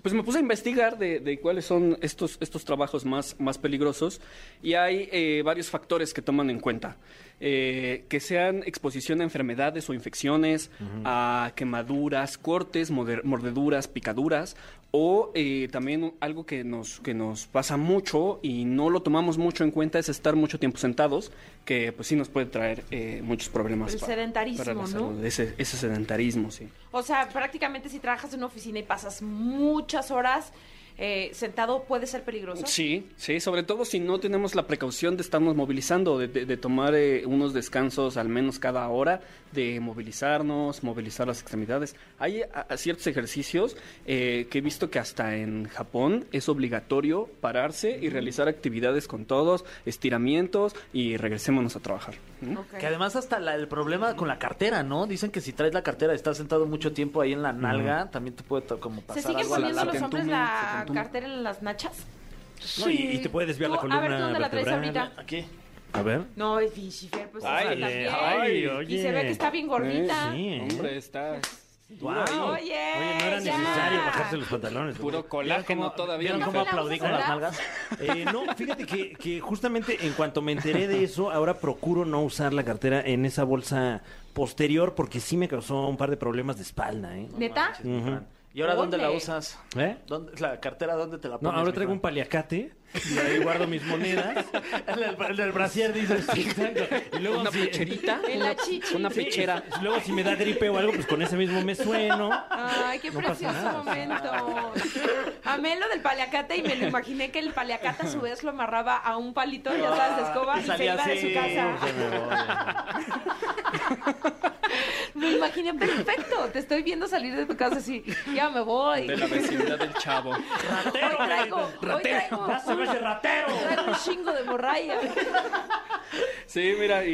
G: pues me puse a investigar de, de cuáles son estos, estos trabajos más, más peligrosos y hay eh, varios factores que toman en cuenta. Eh, que sean exposición a enfermedades o infecciones, a quemaduras, cortes, moder- mordeduras, picaduras o eh, también algo que nos, que nos pasa mucho y no lo tomamos mucho en cuenta es estar mucho tiempo sentados, que pues sí nos puede traer eh, muchos problemas.
B: El sedentarismo,
G: para la
B: ¿no?
G: salud. Ese, ese sedentarismo, sí.
B: O sea, prácticamente si trabajas en una oficina y pasas muchas horas eh, sentado, puede ser peligroso.
G: Sí, sí, sobre todo si no tenemos la precaución de estarnos movilizando, de, de- de tomar eh, unos descansos al menos cada hora, de movilizarnos, movilizar las extremidades. Hay a- a ciertos ejercicios eh, que he visto que hasta en Japón es obligatorio pararse y realizar actividades con todos, estiramientos y regresémonos a trabajar. ¿no?
B: Ok.
D: Que además hasta la- el problema con la cartera, ¿no? Dicen que si traes la cartera y estás sentado mucho tiempo ahí en la nalga, también te puede to- como
B: ¿Se
D: pasar
B: siguen
D: algo a la
B: poniendo
D: larga.
B: los
G: Se te
B: hombres
G: entumen, se te
B: la
G: entumen.
B: cartera en las nachas?
C: no, y, y te puede desviar la
B: Tú,
C: columna
B: A ver, ¿tú dónde la traes
C: vertebral.
B: ahorita?
D: Aquí.
C: A ver.
B: No, el Fishifer, pues
C: Ay,
B: está
C: le-
B: bien.
C: ay,
B: Y
C: oye.
B: se ve que está bien gordita. Ah,
C: Sí, ¿eh?
G: Hombre, está
C: Guau.
B: Oye,
C: Oye, no era
B: ya.
C: necesario bajarse los pantalones.
G: puro colágeno todavía.
D: ¿Vieron
B: ¿Nunca fue
D: cómo
B: la
D: aplaudí con
B: vamos a
D: las
B: hablar?
D: nalgas?
C: Eh, no, fíjate que, que justamente en cuanto me enteré de eso, ahora procuro no usar la cartera en esa bolsa posterior porque sí me causó un par de problemas de espalda, ¿eh?
B: ¿Neta?
C: Ujú.
D: ¿Y ahora dónde la
B: Ole.
D: usas?
F: ¿Eh?
D: ¿Dónde- ¿La cartera dónde te la
F: No,
D: pones?
F: ahora traigo un
D: mijo?
F: paliacate y ahí guardo mis monedas.
D: El, del- el del brasier dices.
F: Y luego
G: Una
F: si-
G: pecherita.
B: En la chichi.
G: Una
F: Sí,
G: pechera.
F: y pues, luego si me da gripe o algo, pues con ese mismo me sueno.
B: Ay, qué precioso momento. Amé lo del paliacate y me lo imaginé que el paliacate a su vez lo amarraba a un palito, ya sabes, de escoba, y se
D: salía
B: iba de
D: así,
B: su casa.
D: se me voy.
B: Me imaginé perfecto. Te estoy viendo salir de tu casa así. Ya me voy.
G: De la vecindad del chavo.
B: Hoy traigo, hoy traigo, un,
F: ratero!
B: traigo un chingo de morralla.
G: Sí, mira, y,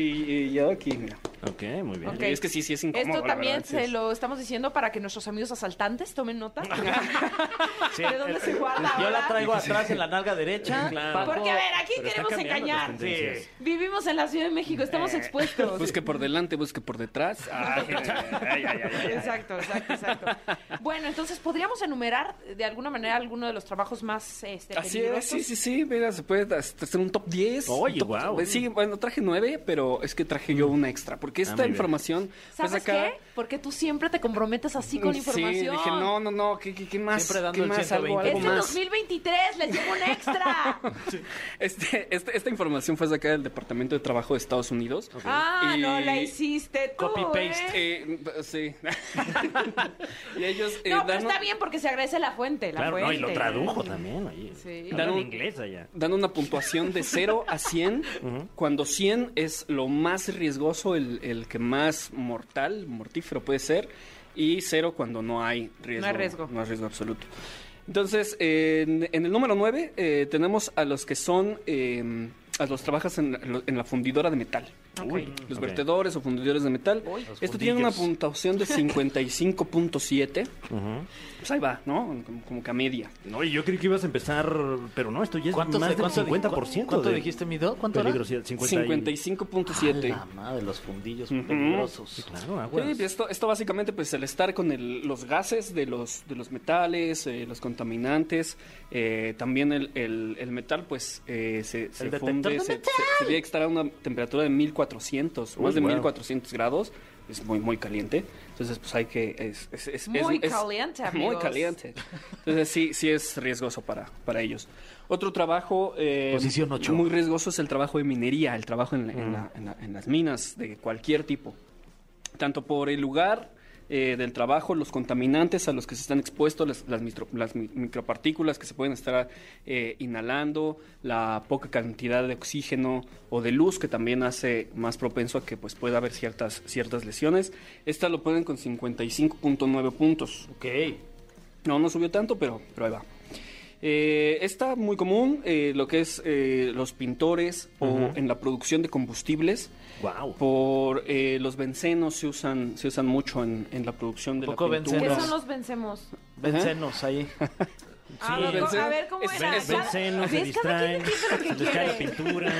G: y yo aquí, mira.
F: Ok, muy bien.
B: Ok.
G: Es que sí, sí es incómodo.
B: Esto
G: la
B: también
G: verdad, sí es-
B: se lo estamos diciendo para que nuestros amigos asaltantes tomen nota. ¿De dónde se guarda
D: Pues Yo la
B: ahora?
D: traigo atrás en la nalga derecha.
F: Claro.
B: Porque, a ver, aquí
F: Pero está
B: queremos
F: cambiando las
B: engañar.
F: tendencias.
B: Vivimos en la Ciudad de México,
G: Eh,
B: estamos expuestos.
G: Busque por delante, busque por detrás. Ah,
B: Exacto, exacto, exacto. Bueno, entonces podríamos enumerar de alguna manera alguno de los trabajos más este,
G: Así es, sí,
B: peligrosos?
G: sí, sí, mira, se puede hasta hacer un top 10.
F: Oye,
G: un top-
F: guau.
G: Sí, bueno, traje nueve, pero es que traje yo una extra, porque esta
F: muy bien.
G: información... pues,
B: ¿Sabes
G: acá- mm,
B: qué? Porque tú siempre te comprometes así con información.
G: Sí, dije, no, no, no, ¿qué, qué, qué más?
D: Siempre dando
G: ¿Qué
D: el
G: más? Algo,
D: 120.
B: Este
G: algo más.
B: 2023 les llevo un extra.
G: Este, este- esta información fue sacada del Departamento de Trabajo de Estados Unidos.
B: Ah,
G: Y-
B: no la hiciste tú.
D: Copy-paste.
B: ¿eh?
G: Eh, sí. y ellos eh,
B: No, pero
G: dan,
B: está bien porque se agradece la fuente. La
F: Claro, no, y lo
B: fuente.
F: tradujo también, oye.
B: Sí.
F: Hablan
G: Dar un-
F: inglés allá.
G: dan una puntuación de 0 a 100, cuando 100 es lo más riesgoso, el, el que más mortal, mortífero puede ser, y 0 cuando no hay riesgo.
B: No hay riesgo.
G: No hay riesgo absoluto. Entonces, eh, en, en el número 9 eh, tenemos a los que son, eh, a los trabajas en, la- en la fundidora de metal.
F: Uy.
G: Los
F: Ok.
G: vertedores o fundidores de metal. Esto tiene una puntuación de 55.7. Pues ahí va, ¿no? Como, como que a media.
F: No, y yo creí que ibas a empezar, pero no, esto ya es más
D: ¿Cuánto,
F: del
D: cuánto-
F: 50%.
D: ¿Cuánto
F: de
D: dijiste, Mido? ¿Cuánto era? Ah,
F: Peligrosidad, 50 y-
G: 55.7.
D: La madre, los fundillos peligrosos.
F: Claro, aguas.
G: Sí, esto, esto básicamente pues el estar con el- los gases de los, de los metales, eh, los contaminantes, eh, también el, el- el metal pues eh, se, se
D: detector
G: funde,
D: de
G: se, se- se debe estar a una temperatura de 1400, más de 1400 grados, es muy muy caliente, entonces pues hay que... Es, es- es-
B: Muy
G: es- es-
B: caliente,
G: Muy
B: amigos.
G: caliente, entonces sí, sí es riesgoso para, para ellos. Otro trabajo eh,
D: Posición ocho. Mm.
G: muy riesgoso es el trabajo de minería, el trabajo en la- en la- en la- en las minas de cualquier tipo tanto por el lugar eh, del trabajo, los contaminantes a los que se están expuestos, las, las mitro- las mi- micropartículas que se pueden estar eh, inhalando, la poca cantidad de oxígeno o de luz que también hace más propenso a que pues, pueda haber ciertas, ciertas lesiones. Esta lo ponen con 55.9 puntos.
D: Ok.
G: No, no subió tanto, pero, pero ahí va. Eh, está muy común eh, lo que es eh, los pintores o en la producción de combustibles.
F: Guau.
G: Por eh, los bencenos se usan, se usan mucho en, en la producción de la
D: poco
G: pintura.
B: ¿Qué
D: benceno?
B: son los vencemos? Ah,
D: Vencenos ahí.
B: a, ver,
G: vencen-
B: a ver, ¿cómo
G: es-
B: era?
G: es-
B: Cada-
F: Vencen, no se
B: ¿Ves? Cada
F: distraen,
B: quien entiende lo que
F: se les cae la
B: quiere.
F: pintura.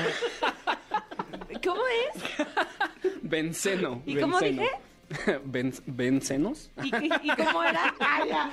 B: ¿Cómo es?
G: Benceno.
B: ¿Y cómo
G: benceno.
B: dije?
G: Ben- ¿Bencenos?
B: ¿Y, qué- y cómo era? Ay, ya.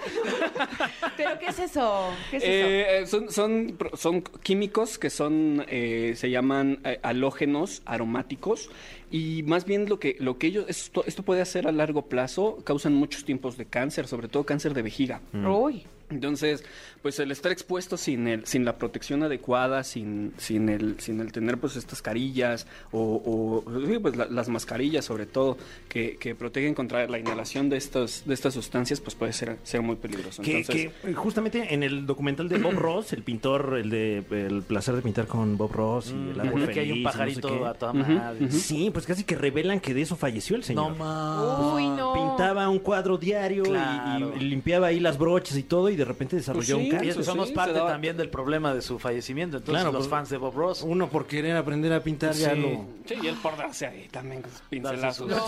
B: ¿Pero qué es eso? ¿Qué es eso?
G: Eh, eh, son, son, pro- son químicos que son eh, se llaman eh, halógenos aromáticos y más bien lo que lo que ellos esto, esto puede hacer a largo plazo causan muchos tipos de cáncer sobre todo cáncer de vejiga
B: Uy.
G: entonces pues el estar expuesto sin el sin la protección adecuada sin sin el sin el tener pues estas carillas o, o, sí, pues, la- las mascarillas sobre todo que, que protegen contra la inhalación de estas de estas sustancias pues puede ser ser muy peligroso
F: Que,
G: Entonces,
F: que, eh, justamente en el documental de Bob Ross, el pintor, el de El placer de pintar con Bob Ross y el árbol
D: Aquí Mm, hay
F: feliz y
D: un
F: no sé
D: pajarito
F: qué.
D: a toda madre.
F: Sí, pues casi que revelan que de eso falleció el
D: No
F: señor.
D: mames.
G: Ah,
B: Uy, no.
F: Pintaba un cuadro diario y-
D: Claro.
F: y, limpiaba ahí las broches y todo y de repente desarrolló
G: Pues
F: un
D: Y
G: sí, Eso
D: es que
F: cáncer.
D: somos
G: sí,
D: parte
G: se daba-
D: también del problema de su fallecimiento. Entonces,
F: Claro,
D: los
F: pues-
D: fans de Bob Ross.
F: Uno por querer aprender a pintar ya
D: Sí.
F: lo...
G: mm, Sí, y él por darse ahí también con sus pincelazos. pues,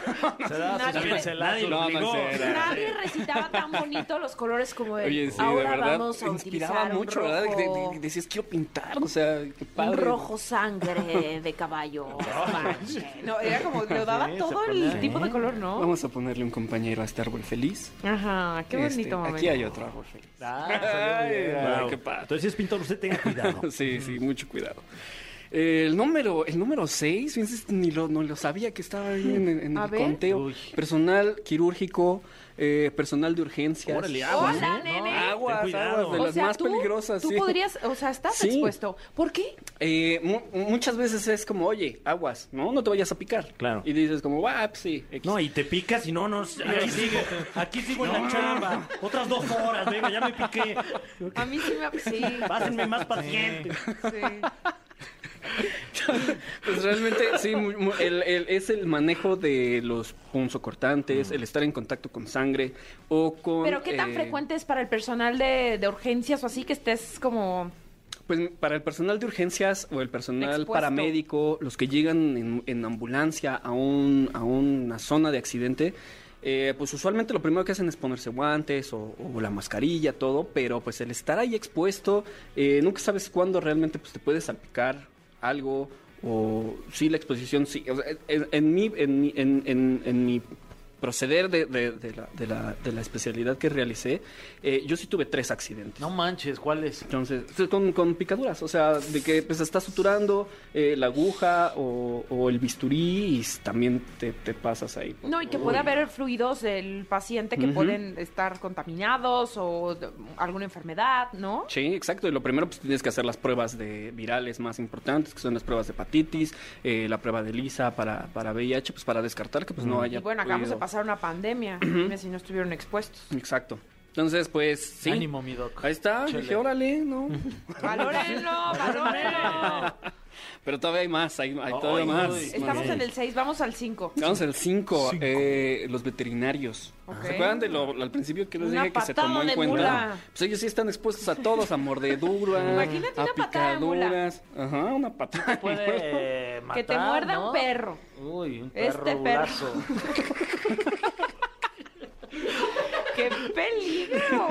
D: Darse
B: No, hombre.
D: Se da
B: Nadie-
D: sus pinceladas.
F: Nadie
G: No, Mancera.
B: Nadie recitaba tan bonito los colores como él.
G: Oye, sí,
B: Ahora
G: de verdad,
B: vamos a
G: inspiraba
B: utilizar
G: mucho,
B: un rojo,
G: ¿verdad? De- de- decías, quiero pintar, o sea, qué
B: un
G: padre.
B: rojo sangre de caballo. no, era como, le daba
D: Sí, se
B: todo
D: ponía-
B: el tipo de color, ¿no?
G: Vamos a ponerle un compañero a este árbol feliz.
B: Ajá, qué bonito
G: Este,
B: momento.
G: Aquí hay otro árbol feliz.
D: Ah, salió bien.
G: Ay,
F: Wow.
G: qué padre.
F: Entonces si es pintor, usted tenga cuidado.
G: Sí, sí, mucho cuidado. Eh, el número, el número 6, ni lo, no lo sabía que estaba ahí en, en
B: A
G: el
B: ver.
G: conteo. Personal quirúrgico, eh, personal de urgencias.
F: Órale, aguas,
B: Hola,
F: ¿eh?
B: nene.
G: Aguas,
F: Ten cuidado.
G: aguas, de
B: o
G: las
B: sea,
G: más
B: tú,
G: peligrosas.
B: tú
G: sí.
B: podrías, o sea, estás
G: Sí.
B: expuesto. ¿Por qué?
G: Eh, mu- muchas veces es como, oye, aguas, ¿no? No te vayas a picar.
F: Claro.
G: Y dices como, va, pues sí. X".
C: No, y te picas y no, no. Aquí sigo, aquí sigo en la chamba. Otras dos horas, venga, ya me piqué.
B: A mí sí me... Sí,
C: Pásenme más pacientes.
B: sí.
G: Pues realmente, sí, mu- mu- el- el- es el manejo de los
F: Mm.
G: punzocortantes, el estar en contacto con sangre o con...
B: Pero ¿qué tan
G: eh,
B: frecuente es para el personal de, de urgencias o así que estés como...
G: Pues para el personal de urgencias o el personal
B: Expuesto.
G: paramédico, los que llegan en, en ambulancia a, un, a una zona de accidente, eh, pues usualmente lo primero que hacen es ponerse guantes o, o la mascarilla, todo, pero pues el estar ahí expuesto, eh, nunca sabes cuándo realmente pues, te puede salpicar algo o sí, la exposición sí. O sea, en, en mi, en, mi- en- en- en mi proceder de, de- de la, de la- de la especialidad que realicé, eh, yo sí tuve tres accidentes.
D: No manches, ¿cuál es?
G: Entonces, sí, con, con picaduras, o sea, de que pues estás suturando eh, la aguja o, o el bisturí y s- también te, te pasas ahí.
B: No, y que puede haber fluidos del paciente que
G: Ujú.
B: pueden estar contaminados o de- alguna enfermedad, ¿no?
G: Sí, exacto. Y lo primero, pues tienes que hacer las pruebas de virales más importantes, que son las pruebas de hepatitis, eh, la prueba de lisa para, para VIH, pues para descartar que pues no
B: Y
G: haya.
B: bueno, acabamos de pasar
G: podido-
B: una pandemia, dime si no estuvieron expuestos.
G: Exacto. Entonces, pues sí.
D: Ánimo, mi doc.
G: Ahí está,
D: Chele.
G: dije, órale, ¿no?
B: ¡Valórenlo, valórenlo!
G: Pero todavía hay más, hay, hay todavía más. más.
B: Estamos en el 6, vamos al 5.
G: Vamos al 5, los veterinarios.
B: Ok.
G: ¿Se acuerdan de lo, al principio que les
B: Una
G: dije que se
B: patada
G: tomó en
B: de
G: cuenta?
B: mula.
G: Pues ellos sí están expuestos a todos, a mordeduras,
B: Imagínate
G: a
B: una patada de mula.
G: picaduras. Ajá, una patada. de mula.
D: Puede Pues, matar,
B: Que te muerda un
D: ¿no?
B: perro.
D: Uy, un
B: Este
D: perro.
B: perro.
D: bulazo.
B: ¡Qué peligro!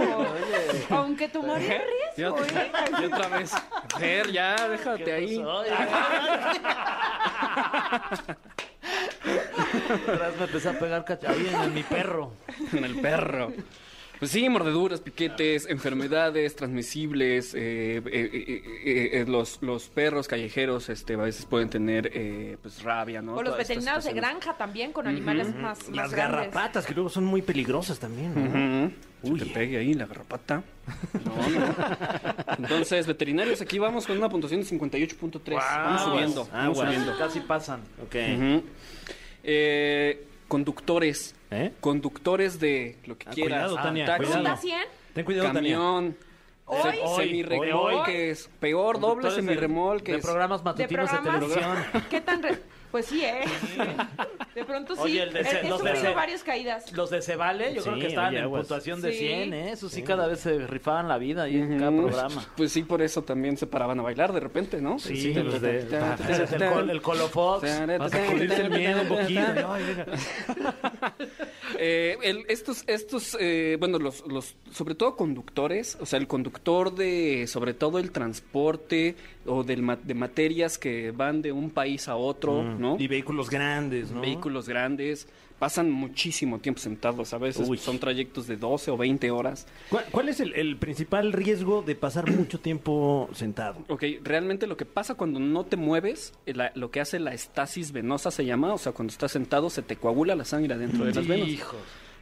B: Aunque tomaría
G: Y
B: riesgo,
G: otra,
B: ¿eh?
G: y otra vez. Fer, ya, déjate ahí.
D: Ay, Atrás me empecé a pegar cachavilla en mi perro.
G: En el perro. Pues sí, mordeduras, piquetes, enfermedades transmisibles. eh, eh, eh, eh, eh, los, los perros callejeros este, a veces pueden tener eh, pues, rabia, ¿no?
B: O los
G: Todas estas
B: veterinarios de
G: situaciones.
B: granja también, con animales más, más
C: Las
B: grandes.
C: garrapatas, que luego son muy peligrosas también. ¿no?
G: Uy. te pegue ahí la garrapata. No, no. Entonces, veterinarios, aquí vamos con una puntuación de 58.3. Vamos subiendo. vamos
D: Aguas,
G: subiendo.
D: Casi pasan.
C: Ok.
G: Ujú. Eh, conductores.
C: ¿Eh? Ah,
G: Conductores de lo que quieras. Ah,
C: cuidado, Tania,
G: taxi,
C: cuidado.
B: ¿Ruta 100?
C: Ten cuidado, Tania.
G: camión.
B: Hoy,
G: se-
B: hoy,
G: semirremolques. Peor, doble
D: Conductores de-
G: semirremolques.
D: De programas
B: ¿De
D: matutinos de,
B: programas?
D: televisión.
B: ¿Qué tan re- Pues sí, ¿eh? De pronto sí. Eh,
D: Oye, el de
B: He-
D: ce-
B: He
D: los de
B: sufrido
D: ce-
B: varias caídas.
D: Los de Cebale, yo
F: Sí,
D: creo que estaban
F: oye,
D: en
F: aguas.
D: puntuación de
B: Sí.
D: 100, ¿eh? Eso sí, cada vez se rifaban la vida ahí en cada
G: Ujú.
D: programa.
G: Pues sí, por eso también se paraban a bailar de repente, ¿no?
F: Sí, los de-
D: El, col, el Colofox.
F: Vas a cubrirse el miedo un poquito. ¿no? Ay, venga.
G: Eh, el- estos, estos, eh, bueno, los, los, sobre todo conductores, o sea, el conductor de, sobre todo el transporte o del, ma- de materias que van de un país a otro, ¿no?
C: Y vehículos grandes, Mm. ¿no?
G: Vehículos grandes, pasan muchísimo tiempo sentados a veces,
C: Uy.
G: son trayectos de 12 o 20 horas.
C: ¿Cuál, cuál es el, el principal riesgo de pasar mucho tiempo sentado?
G: Ok, realmente lo que pasa cuando no te mueves, eh, la- lo que hace la estasis venosa se llama, o sea, cuando estás sentado se te coagula la sangre adentro de las venas.
D: Hijos.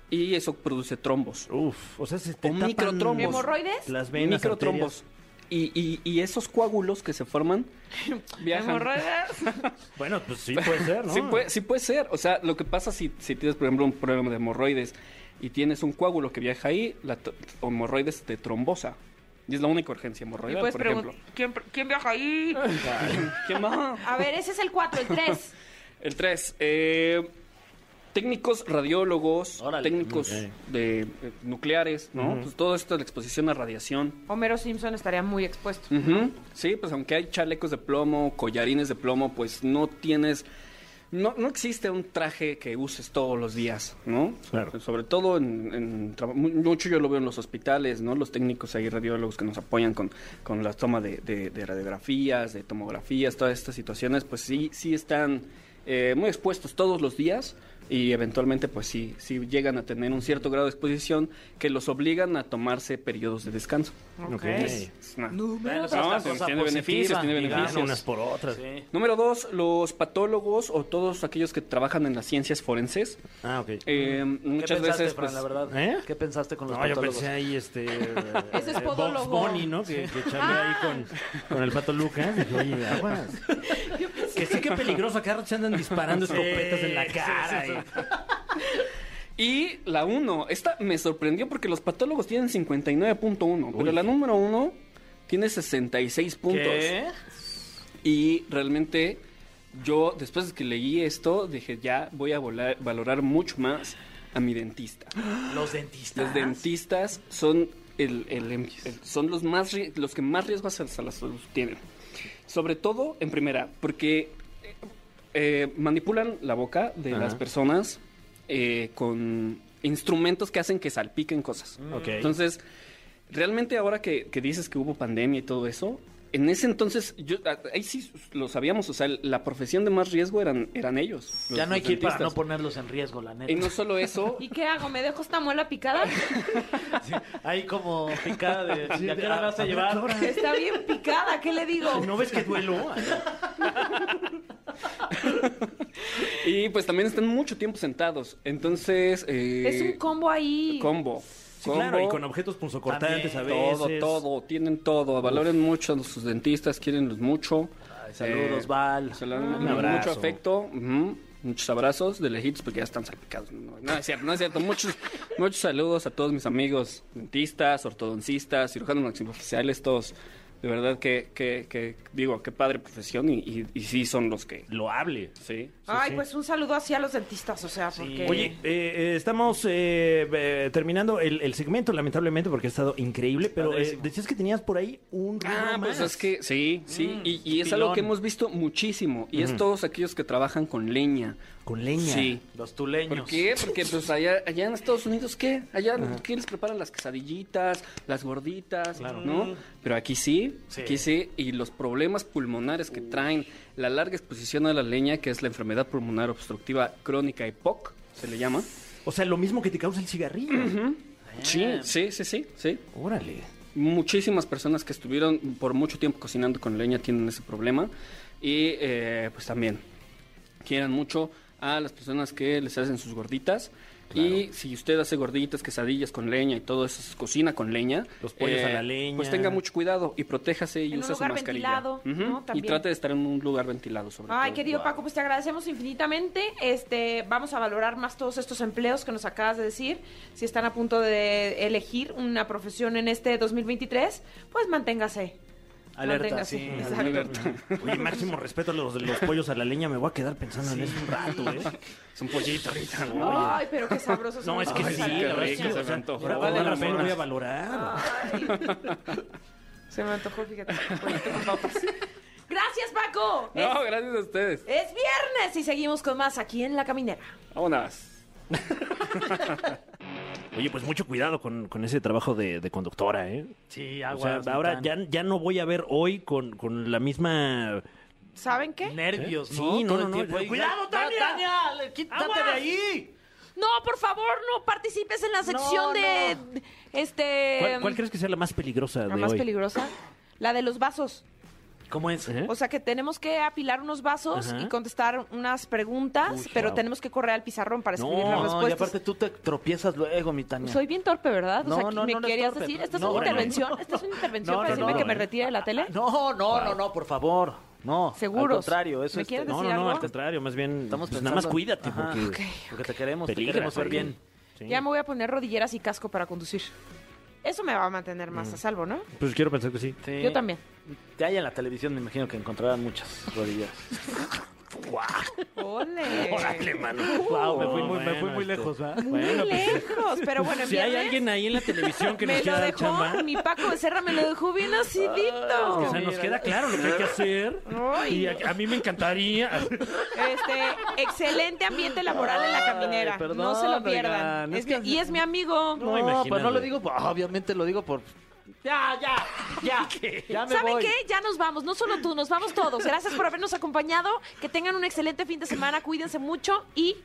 G: Y eso produce trombos.
C: Uf, o sea, se te
G: O
C: tapan
G: microtrombos.
B: ¿Hemorroides?
C: Las venas,
G: microtrombos. Y, y, y esos coágulos que se forman viajan.
B: ¿Hemorroides?
C: arterias. Bueno, pues sí puede ser, ¿no?
G: Sí, puede, sí puede ser. O sea, lo que pasa si, si tienes, por ejemplo, un problema de hemorroides y tienes un coágulo que viaja ahí, la t- hemorroides te trombosa. Y es la única urgencia
B: Y
G: hemorroidal,
B: puedes
G: por ejemplo.
B: preguntar, ¿quién, ¿quién viaja ahí?
G: ¿Qué más?
B: A ver, ese es el 4, el 3.
G: El 3. técnicos radiólogos,
D: Órale.
G: técnicos de eh, nucleares, ¿no? Pues todo esto de la exposición a radiación.
B: Homero Simpson estaría muy expuesto.
G: Ujú, Sí, pues aunque hay chalecos de plomo, collarines de plomo, pues no tienes... No, no existe un traje que uses todos los días, ¿no?
C: Claro.
G: Sobre todo en, en traba- mu- mucho yo lo veo en los hospitales, ¿no? Los técnicos ahí, radiólogos que nos apoyan con, con la toma de, de- de radiografías, de tomografías, todas estas situaciones, pues sí, sí están eh, muy expuestos todos los días y eventualmente pues sí, sí llegan a tener un cierto grado de exposición que los obligan a tomarse periodos de descanso.
B: Ok.
G: Entonces, es una-
D: Bueno,
G: No, tiene beneficios, tiene beneficios.
D: unas por otras.
G: Número dos, los patólogos o todos aquellos que trabajan en las ciencias forenses.
C: Ah, ok.
G: eh,
D: ¿Qué
G: muchas
D: pensaste,
G: veces
D: Fran,
G: pues,
D: la verdad?
C: ¿Eh?
D: ¿Qué pensaste con los
C: No, yo
D: patólogos?
C: pensé ahí, este.
B: Ese es
C: eh, Bugs
B: podólogo. Ah.
C: Bunny, ¿no? Que, que chambea ahí con, con el pato Lucas. Dije, oye, aguas. Que sí, que peligroso. Acá se andan disparando escopetas en la cara. y-
G: Y la 1, esta me sorprendió porque los patólogos tienen 59.1, pero la número 1 tiene 66 puntos. Y realmente yo, después de que leí esto, dije, ya voy a volar- valorar mucho más a mi dentista.
D: Los dentistas.
G: Los dentistas son, el, el- em, el- son los, más, ri- los que más riesgos a la salud tienen. Sobre todo en primera, porque eh, eh, manipulan la boca de las personas eh, con instrumentos que hacen que salpiquen cosas.
D: Mm.
C: Ok.
G: Entonces, realmente ahora que, que dices que hubo pandemia y todo eso, en ese entonces, yo, a- ahí sí lo sabíamos, o sea, la profesión de más riesgo eran, eran ellos.
D: Ya
G: los-
D: no hay
G: los
D: que ir para no
G: dentistas.
D: ponerlos en riesgo, la neta.
G: Y no solo eso,
B: ¿Y qué hago? ¿Me dejo esta muela picada?
D: Ahí como picada de... ¿Ya qué
C: de-
D: la
C: a-
D: vas a
C: a ver,
D: llevar?
C: ahora.
B: Está bien picada, ¿qué le digo?
C: ¿No ves que duelo?
G: Y pues también están mucho tiempo sentados. Entonces. eh,
B: Es un combo ahí.
G: combo.
C: Sí, claro,
G: Combo,
C: y con objetos punzocortantes a veces.
G: Todo, todo. Tienen todo. Valoren mucho a sus dentistas. Quiérenlos mucho.
D: Saludos,
G: Eh,
D: Val.
G: se le dan
C: Un abrazo.
G: Mucho afecto. ujú, Muchos abrazos de lejitos porque ya están salpicados. No, no es cierto, no es cierto. Muchos, muchos saludos a todos mis amigos dentistas, ortodoncistas, cirujanos maxilofaciales, todos. De verdad que, que, que digo, qué padre profesión y, y, y sí son los que...
C: Lo hable.
G: Sí.
B: Ay, pues un saludo así a los dentistas, o sea, porque...
C: Oye, eh, eh, estamos eh, eh, terminando el, el segmento, lamentablemente, porque ha estado increíble, pero eh, decías que tenías por ahí un
G: Ah,
C: rubro
G: pues
C: más.
G: es que sí, sí, y, y es algo que hemos visto muchísimo, y es todos aquellos que trabajan con leña.
C: Con leña.
G: Sí.
D: Los tuleños.
G: ¿Por qué? Porque pues allá, allá en Estados Unidos, ¿qué? Allá, ¿qué les preparan las quesadillitas, las gorditas, no? Pero aquí sí, aquí sí, y los problemas pulmonares que traen la larga exposición a la leña, que es la enfermedad pulmonar obstructiva crónica, E EPOC, se le llama.
C: O sea, lo mismo que te causa el cigarrillo.
G: Sí, sí, sí, sí, sí.
C: Órale.
G: Muchísimas personas que estuvieron por mucho tiempo cocinando con leña tienen ese problema. Y eh, pues también quieran mucho a las personas que les hacen sus gorditas. Y si usted hace gorditas, quesadillas con leña y todo eso, cocina con leña.
C: Los pollos a la leña.
G: Pues tenga mucho cuidado y protéjase y
B: En un
G: use
B: lugar
G: su mascarilla.
B: ventilado, ¿no?
G: Y
B: También.
G: trate de estar en un lugar ventilado sobre
B: Ay,
G: todo.
B: querido Paco, pues te agradecemos infinitamente. Este, vamos a valorar más todos estos empleos que nos acabas de decir. Si están a punto de elegir una profesión en este 2023, pues manténgase.
D: Alerta,
B: Manténgase,
D: sí,
B: exacto.
C: Oye, máximo respeto a los, los pollos a la leña, me voy a quedar pensando en eso un rato, ¿eh?
G: Es un pollito ahorita, ¿no?
B: Ay, pero qué sabrosos.
C: No,
B: son
C: es
B: los
C: que
B: tacos.
C: sí,
G: qué
C: la verdad es
G: rico,
C: que,
G: se
C: o
G: me
C: sea,
G: antojó.
C: ahora vale
G: Ahora
C: la pena,
G: menos.
C: voy a valorar.
B: Ay. Se me antojó, fíjate. pollito con papas. Gracias, Paco. Es,
G: No, gracias a ustedes.
B: es viernes y seguimos con más aquí en La Caminera.
G: Vámonos.
C: Oye, pues mucho cuidado con, con ese trabajo de, de conductora, ¿eh?
D: Sí,
C: O
D: agua.
C: sea, ahora ya, ya no voy a ver hoy con, con la misma...
B: ¿Saben qué?
D: Nervios,
C: ¿Eh?
D: ¿no?
C: Sí, no,
D: Todo el
C: no, no,
D: tiempo.
C: yo-
D: Y-
C: ¡Cuidado,
D: ¡Va,
C: Tania!
D: Tania! ¡Quítate de
C: ¡Aguas!
D: ahí!
B: No, por favor, no participes en la sección de este
C: ¿Cuál, cuál crees que sea la más peligrosa
B: la
C: de
B: más
C: hoy?
B: peligrosa? La de los vasos.
D: ¿Cómo es?
C: ¿Eh?
B: O sea que tenemos que apilar unos vasos
C: Ajá.
B: y contestar unas preguntas, pero
C: wow.
B: tenemos que correr al pizarrón para escribir
C: No,
B: las
D: No, y
B: respuestas.
D: aparte tú te tropiezas luego, mi Tania.
B: Soy bien torpe, ¿verdad? o
D: No,
B: sea,
D: no,
B: ¿me
D: no, no eres
B: querías
D: torpe.
B: decir? ¿Esta es
D: No,
B: una
D: órale.
B: intervención? ¿Esta es una intervención
D: No,
B: para
D: no,
B: decirme
D: no,
B: que
D: eh.
B: me retire de la tele?
D: No, no, no, no, por favor. No. Al
B: ¿Seguros?
D: contrario, eso
B: ¿Me
D: es.
B: quieres
D: no,
C: No, no,
B: decir
C: no,
B: algo?
C: al contrario, más bien,
D: Estamos
C: pues, nada más
D: pensando-
C: cuídate
D: Ajá.
C: porque
B: Ok.
D: Porque te queremos, te
C: Peligras,
D: queremos ver
C: oye.
D: bien.
C: Sí.
B: Ya me voy a poner rodilleras y casco para conducir. Eso me va a mantener más a salvo, ¿no?
C: Pues quiero pensar que sí.
D: Mm. Sí.
B: Yo también.
D: Ya hay en la televisión, me imagino que encontrarán muchas rodillas.
B: ¡Ole!
C: mano.
D: Guau, me fui muy- me
C: bueno,
D: fui muy
C: este,
D: lejos, ¿va?
B: Muy lejos, pero bueno, en
C: pues, Si hay
B: viernes
C: alguien ahí en la televisión que nos
B: me
C: quiera
B: lo
C: dar
B: dejó,
C: chamba,
B: mi Paco Becerra me lo dejó bien acidito.
C: o sea, nos queda claro lo que hay que hacer.
B: Ay.
C: Y a, a mí me encantaría.
B: Este, excelente ambiente laboral en la caminera.
D: Ay, perdón,
B: no se lo
D: oigan,
B: pierdan.
D: es
B: Es mi-
D: que-
B: y es mi amigo.
C: No, imagínate.
D: pues no lo digo, obviamente lo digo por Ya, ya, ya. Ya me
B: ¿Saben
D: voy.
B: qué? Ya nos vamos, no solo tú, nos vamos todos. Gracias por habernos acompañado, que tengan un excelente fin de semana, cuídense mucho y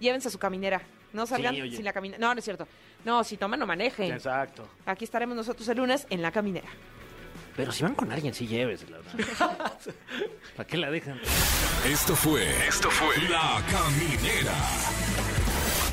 B: llévense su caminera. No salgan
C: Sí, oye.
B: sin la caminera. No, no es cierto. No, si toman, no manejen.
D: Exacto.
B: Aquí estaremos nosotros el lunes en la caminera.
C: Pero si van con alguien, sí lleves, la verdad. ¿Para qué la dejan?
A: Esto fue. Esto fue. La Caminera.